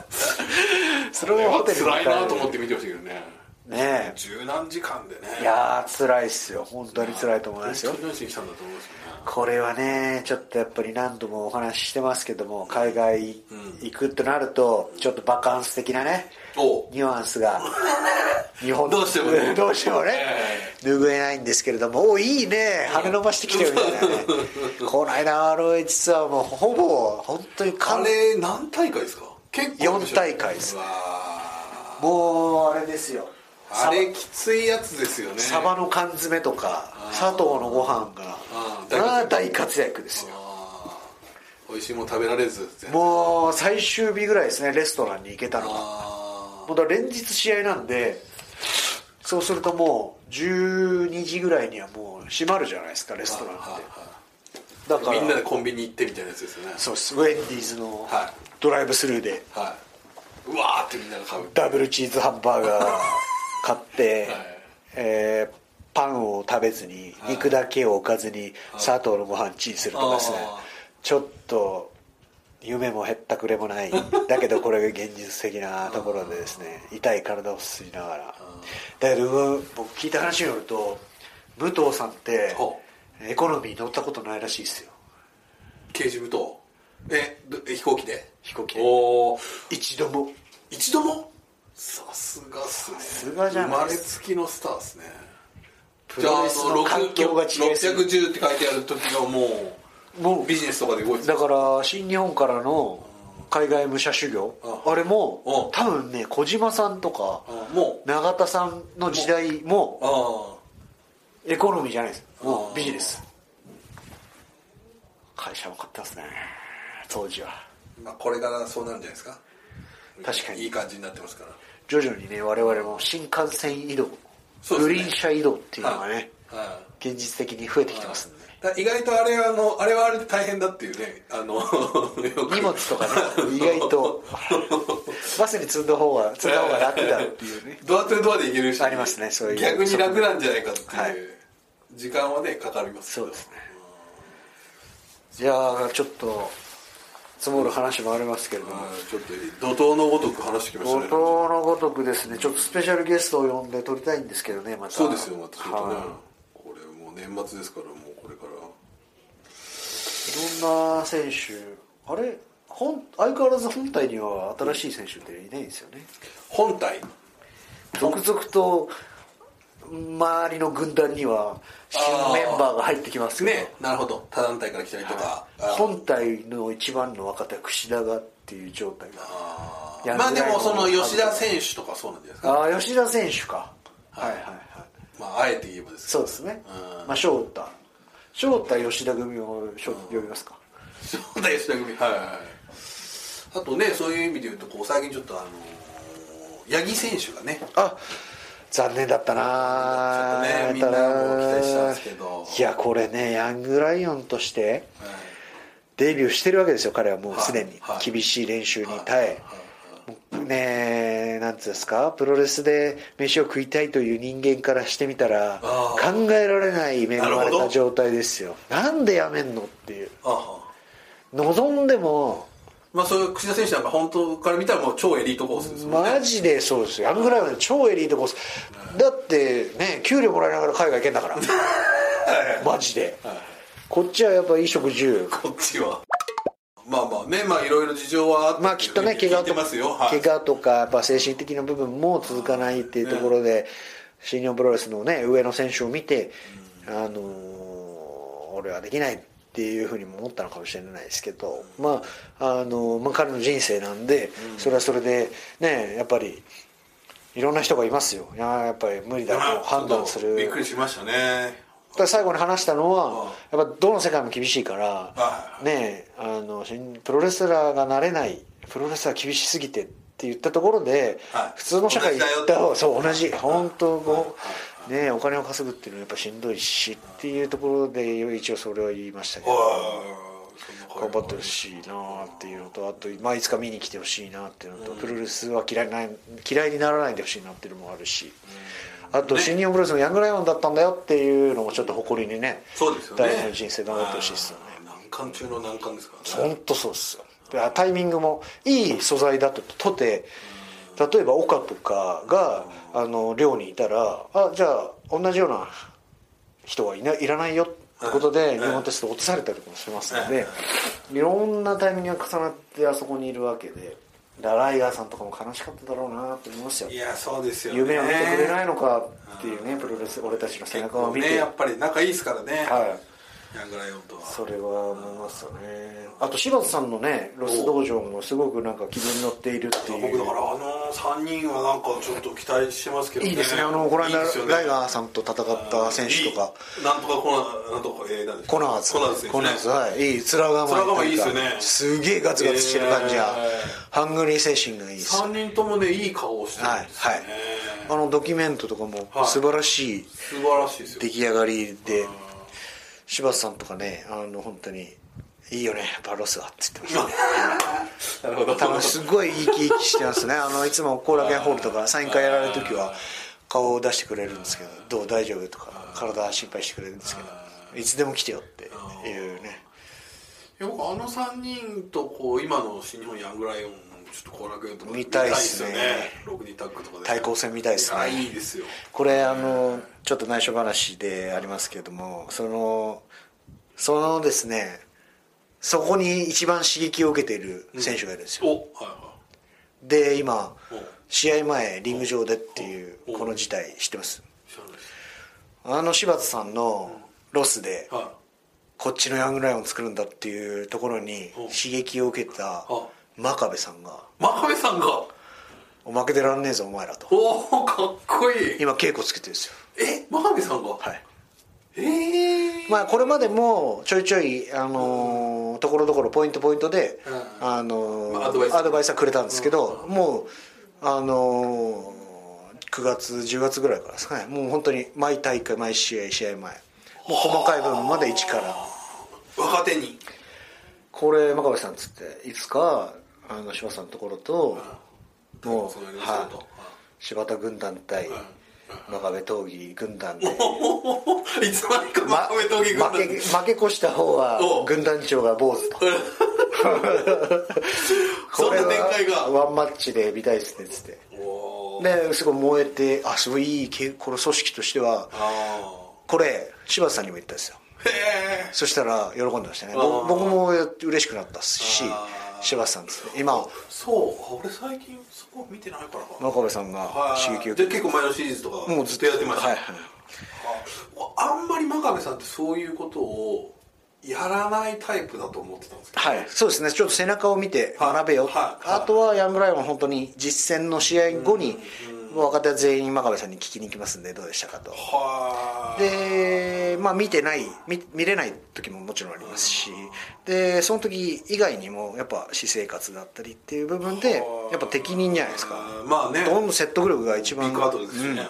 A: それもホテルに
B: 辛いなと思って見てましたけどね
A: ね
B: 十何時間でね
A: えいやー辛いっすよ本当に辛いと思いますよ
B: 本当に何しに来たんだと思うんですよね
A: これはねちょっとやっぱり何度もお話ししてますけども海外行くとなるとちょっとバカンス的なね
B: お
A: ニュアンス が日本
B: どうしても ね
A: どうしてもね拭えないんですけれどもおいいね羽伸ばしてきてるみたいなね この間 ROH ツアーもほぼ本当に
B: あ
A: 完
B: れ何大会ですか結構あるでしょ
A: 四大会です
B: うわー
A: もうあれですよ
B: あれきついやつですよね
A: サバの缶詰とか砂糖のご飯が
B: あー
A: これは大活躍ですよ
B: あー美味しいもん食べられず全然
A: もう最終日ぐらいですねレストランに行けたのが
B: あ
A: もうだから連日試合なんでそうするともう12時ぐらいにはもう閉まるじゃないですかレストランってだ
B: ー
A: から
B: みんなでコンビニ行ってみたいなやつですよね
A: そうですウェンディーズの
B: はい
A: ドライブスルーで
B: はいうわーってみんなが買う
A: ダブルチーズハンバー ガー買って、
B: はい
A: えーパンを食べずに肉だけを置かずに砂糖のご飯チンするとかですね
B: あ
A: ちょっと夢もへったくれもない だけどこれが現実的なところでですね痛い体をすすりながらだけどうん僕聞いた話によると武藤さんって
B: ほ
A: エコノミー乗ったことないらしいですよ
B: 刑事部とえどえ飛行機で
A: 飛行機で
B: おお
A: 一度も
B: 一度もさすがっすねさ
A: すがじゃ
B: 生
A: な
B: ま
A: い
B: れつきのスターですね
A: プロレスの環境が違いすぎて
B: 610って書いてある時がも
A: も
B: うビジネスとかで動いてた
A: だから新日本からの海外武者修行
B: あ
A: あれ
B: う
A: も
B: ん
A: 多分ね小島さんとか
B: あーもう
A: 永田さんの時代も
B: あ
A: エコノミーじゃないですも
B: あ
A: うビジネス会社も買ってますね当時は
B: あまあこれからそうなるんじゃないですか
A: 確かに
B: いい感じになってますから
A: 徐々にね我々も新幹線移動、
B: そうですね
A: グリーン車移動っていうのがね、
B: はい
A: 現実的に増えてきてますんでね
B: だから意外とあれはあのあれはあれで大変だっていうねあの
A: 荷
B: 荷
A: 物とかね意外 とバスに積んだ方が積んだ方が楽だっていうね
B: ドアとドアで行けるし
A: ありますねそういう
B: 逆に楽なんじゃないかっていう、
A: はい
B: 時間はねかかりますけ
A: そ
B: ど
A: うですねじゃあちょっと積もる話もありますけれども
B: はいちょっと怒涛のごとく話してきました
A: 怒
B: ね
A: 涛のごとくですねちょっとスペシャルゲストを呼んで撮りたいんですけどねまた
B: そうですよまたちょっとね
A: はい
B: これもう年末ですからもうこれから
A: いろんな選手あれ本相変わらず本体には新しい選手っていないんですよね
B: 本体
A: 続々と周りの軍団には新メンバーが入ってきますけど、
B: ねなるほど他団体から来たりとか、あ
A: 本体の一番の若手は櫛田がっていう状態が
B: あ
A: や
B: ー
A: る
B: まあでもその
A: ぐらいの
B: 吉田選手とかそうなんじゃないですか
A: ああ吉田選手かはいはいはい
B: まああえて言えばですけ
A: そ
B: ど
A: うですね
B: うん
A: まあ翔太翔太吉田組を翔呼びますか
B: そう だ吉田組はいはいはいあとねそういう意味で言うとこう最近ちょっとあのー八木選手がね
A: あ残念だったな
B: ちょっとね
A: やった
B: みんなも期待してたんですけど
A: いやこれねヤングライオンとしてデビューしてるわけですよ彼はもうすでに
B: はいはい
A: 厳しい練習に耐えもうねえなんつうんですかプロレスで飯を食いたいという人間からしてみたら
B: あ
A: 考えられない恵
B: な
A: ま
B: る
A: れ
B: ほど
A: た状態ですよなんでやめんのっていう
B: ああ
A: 望んでも
B: まあそういう櫛田選手なんか本当から見たらもう超エリートコースですもんね
A: マジでそうですよヤングライオンで超エリートコースだってね給料もらいながら海外行けんだからマジでこっちはやっぱ衣食住
B: こっちはまあまあねまあいろいろ事情はあって
A: まあきっとね怪我
B: 聞いて
A: と
B: ますよはい
A: 怪我とかやっぱ精神的な部分も続かないっていうところで新日本プロレスのね上の選手を見てあのー俺はできないっていうふうにも思ったのかもしれないですけどまああのーまあ彼の人生なんでそれはそれでねやっぱりいろんな人がいますよいややっぱり無理だ
B: まあ
A: と判断す
B: ちょっとびっ
A: る
B: くりしましたね
A: ただ最後に話したのはやっぱどの世界も厳しいから
B: はい
A: ねえあの新プロレスラーがなれないプロレスラー厳しすぎてって言ったところで、
B: はい
A: 普通の社会行
B: 同じだよ
A: った方がそう同じ本当こうねえお金を稼ぐっていうのはやっぱしんどいしっていうところで一応それは言いましたけ
B: おい
A: ど
B: そんな声
A: 頑張ってほしいなっていうのとあと、まあ、いつか見に来てほしいなっていうのと、プロレスは嫌いない嫌いにならないでほしいなっていうのもあるし、あと、新日本プロレスのヤングライオンだったんだよっていうのもちょっと誇りにね
B: そうですよね
A: 第二の人生頑張ってほしいですよね。
B: あー難関中の難関ですからね
A: 本当そうですよでタイミングもいい素材だととて例えば岡とかがあの寮にいたらあじゃあ同じような人はいないらないよということで日本テスト落とされたりもしますのでいろんなタイミングが重なってあそこにいるわけでだからライガーさんとかも悲しかっただろうなと思いますよ
B: いやそうですよね
A: 夢を見てくれないのかっていうねプロレス俺たちの背
B: 結
A: 中を
B: 構
A: 見
B: ね
A: て
B: やっぱり仲いいですからね
A: は
B: ヤングライオンとは
A: それは思いますよねあと柴田さんのねロス道場もすごくなんか軌道に乗っているってい
B: 僕だ
A: う
B: からあの3人はなんかちょっと期待してますけど
A: いいですねあのこの間
B: いいですよね
A: ライガーさんと戦った選手とか
B: いいなんとかコナなんとかえー、なんでしょ
A: コ
B: う
A: ナーズ
B: コナーズ選手ね
A: コナーズはいいい面構えとうか
B: 面構えいいですよね
A: すげえガツガツしてる感じや、ハングリー精神がいいです
B: 3人ともねいい顔をしてるんですよね、
A: はいあのドキュメントとかも
B: はい
A: 素晴らしい
B: 素晴らしいですよ
A: 出来上がりで、柴田さんとかねあの本当に「いいよねパロスは」って言ってまし
B: なるほど
A: た多分すごい生き生きしてます ねあのいつも後楽園ホールとかサイン会やられる時は顔を出してくれるんですけど「どう大丈夫?」とか体心配してくれるんですけど「いつでも来てよ」っていうね
B: よくあの3人とこう今の新日本ヤングライオンのちょっと後楽園とか
A: 見たいっすね
B: 見たいっすよね6人タッグとかで
A: 対抗戦みたいですね
B: あいいですよ
A: これあのちょっと内緒話でありますけれどもそのそのですねそこに一番刺激を受けている選手がいるんですよ、
B: おは
A: で今
B: いはいお
A: 試合前リング上でっていう
B: お
A: この事態知ってます
B: 知らないです
A: あの柴田さんのロスで
B: は
A: こっちのヤングライオンを作るんだっていうところに
B: お
A: 刺激を受けた
B: あ
A: 真壁さんが
B: い真壁さんが
A: 「お負けてらんねえぞお前ら」と
B: おおかっこいい
A: 今稽古つけてるんですよ
B: え真壁さんが
A: はい
B: ええ
A: まあ、これまでもちょいちょい、あのーところどころポイントポイントで、
B: うん
A: あのー
B: まあアドバイス
A: アドバイスはくれたんですけど、もう、あのー、9月10月ぐらいからですかねもう本当に毎大会毎試合試合前もう細かい部分まで一から
B: 若手に
A: これ真壁さんつっていつかあの柴田さんのところと、も
B: そううな、りますよ
A: は
B: と
A: い、柴田軍団対真壁闘技軍団で。
B: いつまにか真壁闘技軍団
A: 負け負け越した方は
B: おう
A: 軍団長が坊主と
B: そんな展開が
A: ワンマッチで見たいですねっつって
B: おー
A: ですごい燃えてあすごいいいけこの組織としては
B: あ
A: これ柴田さんにも言ったんですよ
B: ーへえ
A: そしたら喜んでましたね
B: あ
A: ぼ
B: ー
A: 僕も嬉しくなったし
B: あー
A: 柴田さんっつって今
B: そうあ俺最近そこ見てないからかな
A: 真壁さんが
B: はい
A: 刺激を
B: で
A: 受け
B: 結構前のシリーズとか
A: てもうずっと
B: やってました、
A: はいはい
B: ああんまり真壁さんってそういうことをやらないタイプだと思ってたんですけど、
A: はい、そうですねちょっと背中を見て
B: はい
A: 学べよ、
B: はい
A: あとはヤングライオンは本当に実戦の試合後に若手は全員真壁さんに聞きに行きますんでどうでしたかと
B: はー
A: でまあ見てない見見れない時ももちろんありますしでその時以外にもやっぱ私生活だったりっていう部分でやっぱ適任じゃないですか
B: あーまあね
A: どんどん説得力が一
B: ビ
A: 番
B: ッグアートですよね、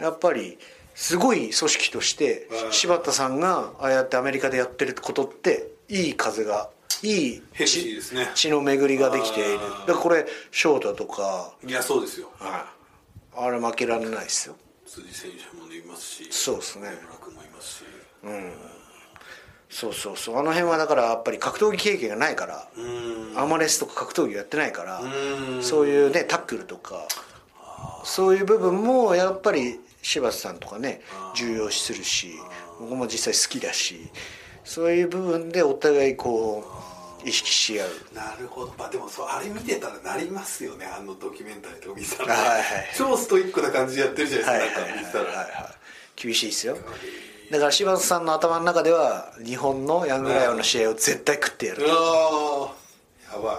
A: やっぱりすごい組織として
B: うん
A: 柴田さんがああやってアメリカでやってることっていい風がいい
B: ヘルシー
A: 血
B: ですね
A: 血の巡りができている
B: あー
A: だからこれ翔太とか
B: うんいやそうですよ
A: はいあれ負けられないですよ
B: 辻選手もいますし
A: そうですね
B: 山村君もいますし、
A: そうそうそうあの辺はだからやっぱり格闘技経験がないから
B: うーん
A: アマレスとか格闘技をやってないから
B: ーん
A: そういうねタックルとかそういう部分もやっぱり柴田さんとかね重要視するし僕も実際好きだしそういう部分でお互いこう意識し合う
B: なるほどまあでもそうあれ見てたらなりますよねあのドキュメンタリーとか見てたら、
A: はいはい
B: 超ストイックな感じでやってるじゃな
A: はいいは
B: で
A: い
B: す
A: はいはい
B: か、なんか見てたら、
A: はい厳しいですよだから柴田さんの頭の中では日本のヤングライオンの試合を絶対食ってやる
B: うわーやばい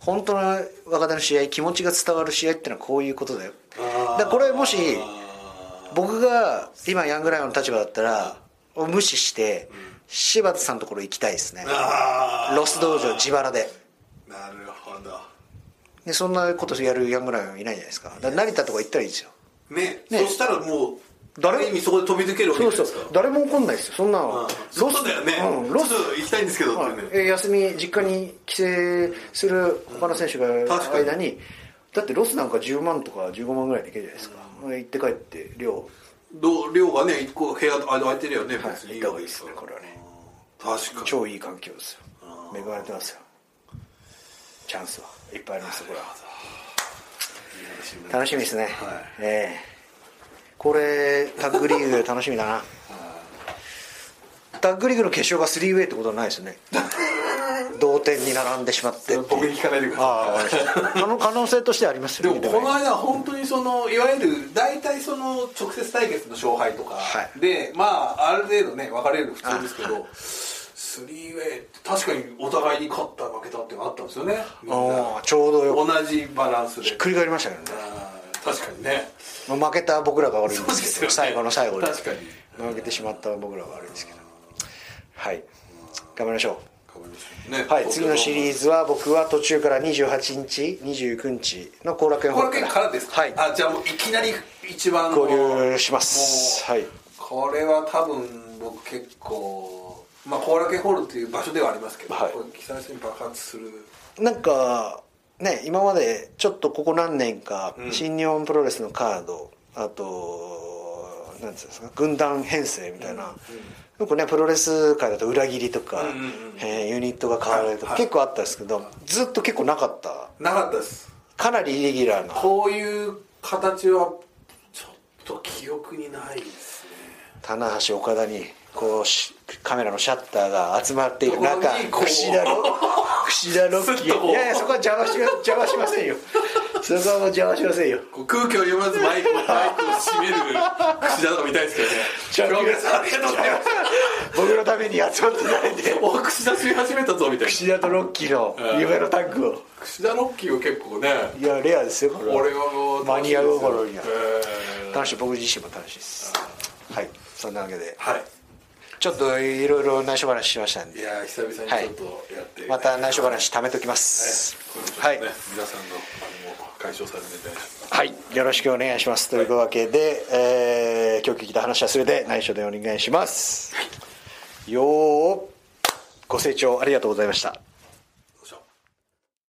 A: 本当の若手の試合気持ちが伝わる試合ってのはこういうことだよ
B: あ
A: だ
B: ー
A: からこれもし
B: あ
A: 僕が今ヤングライオンの立場だったらを無視して柴田さんのところ行きたいですね
B: ーあー
A: ロス道場自腹で
B: なるほど
A: でそんなことやるヤングライオンいないじゃないですかだから成田とか行ったらいいですよ
B: ね
A: ね
B: そしたらもう
A: 誰
B: ある意味そこで飛び抜けるわけじゃないですか
A: 誰も怒んないですよそんなの
B: ロスだよね、
A: うん
B: ロ
A: ロ
B: ス
A: ス
B: 行きたいんですけどってね、
A: えー休み実家に帰省する他の選手が
B: 確かに
A: 間にだってロスなんか10万とか15万ぐらいでいけるじゃないですか、行って帰って寮
B: どう量がね一個部屋あ空いてるよね、別
A: 行
B: に
A: った方がいいですねこれはね
B: 確かに
A: 超いい環境ですよ恵まれてますよチャンスはいっぱいありますよこれは楽しみですね、ええこれタッグリーグ楽しみだなタッグリーグの決勝がスリーウェイってことはないです ね同点に並んでしまってっていう
B: 僕に聞かないでくだ
A: ああわ
B: さ
A: かりました可能可能性としてはあります
B: いで
A: よ
B: も
A: ね
B: この間は本当にそのいわゆる大体その直接対決の勝敗とか
A: はい
B: で、まあある程度ね分かれるの普通ですけどスリーウェイって確かにお互いに勝った負けたっていうのがあったんですよねみんな
A: ああちょうどよく
B: 同じバランスで
A: ひっくり返りましたけどね
B: あー確かにね
A: まあ負けた僕らが悪いんで
B: そうです
A: すけ
B: よね
A: ど最後の最後で
B: 確かに
A: 負けてしまった僕らが悪いんですけどはい頑張りましょ
B: 頑張りましょうね
A: うはい次のシリーズは僕は途中から28日29日の後楽園ホ
B: こ
A: ー
B: れ
A: ルから
B: からですか、
A: はい
B: あじゃあもういきなり一番の
A: 合流します
B: もう
A: はい
B: これは多分僕結構まあ後楽園ホールっていう場所ではありますけど、
A: はい
B: これ久々に爆発する
A: なんかね今までちょっとここ何年か、新日本プロレスのカードあとなんていうんですか軍団編成みたいな、よくねプロレス界だと裏切りとか、
B: うんうん
A: えーユニットが変わるとか、
B: はい
A: 結構あったんですけど、ずっと結構なかった
B: なかったです
A: かなりイレギュラーな
B: こういう形はちょっと記憶にないですね
A: 棚橋岡田にこうしカメラのシャッターが集まっている
B: と
A: 中
B: ころにこう
A: 串田ロ串田ロッキ
B: すっと
A: ー
B: こう
A: いやいやそこは邪魔しま邪魔しませんよそこはもう邪魔しませんよ
B: こう空気を読まずマイクをマイクを閉める口だとか見たいですけどね
A: ちょっと
B: 今日皆さんありがとうございます
A: 僕のために集まっていただいて
B: お口出し始めたぞみたいな
A: 岸田とロッキーの夢のタッグを
B: 串田ロッキーは結構ね
A: いやレアですよこれは
B: 俺はもう
A: 間に合う頃には
B: えー
A: 楽しい僕自身も楽しいですはいそんなわけで
B: はい
A: ちょっといろいろ内緒話しましたん
B: い
A: で
B: やー久々にちょっとやって、
A: また内緒話貯めときます
B: は、
A: はいい
B: これもちょっとね皆さんのあの解消されていただいて
A: はいよろしくお願いしますというわけで、えー今日聞いた話は全て内緒でお願いしますよーご清聴ありがとうございました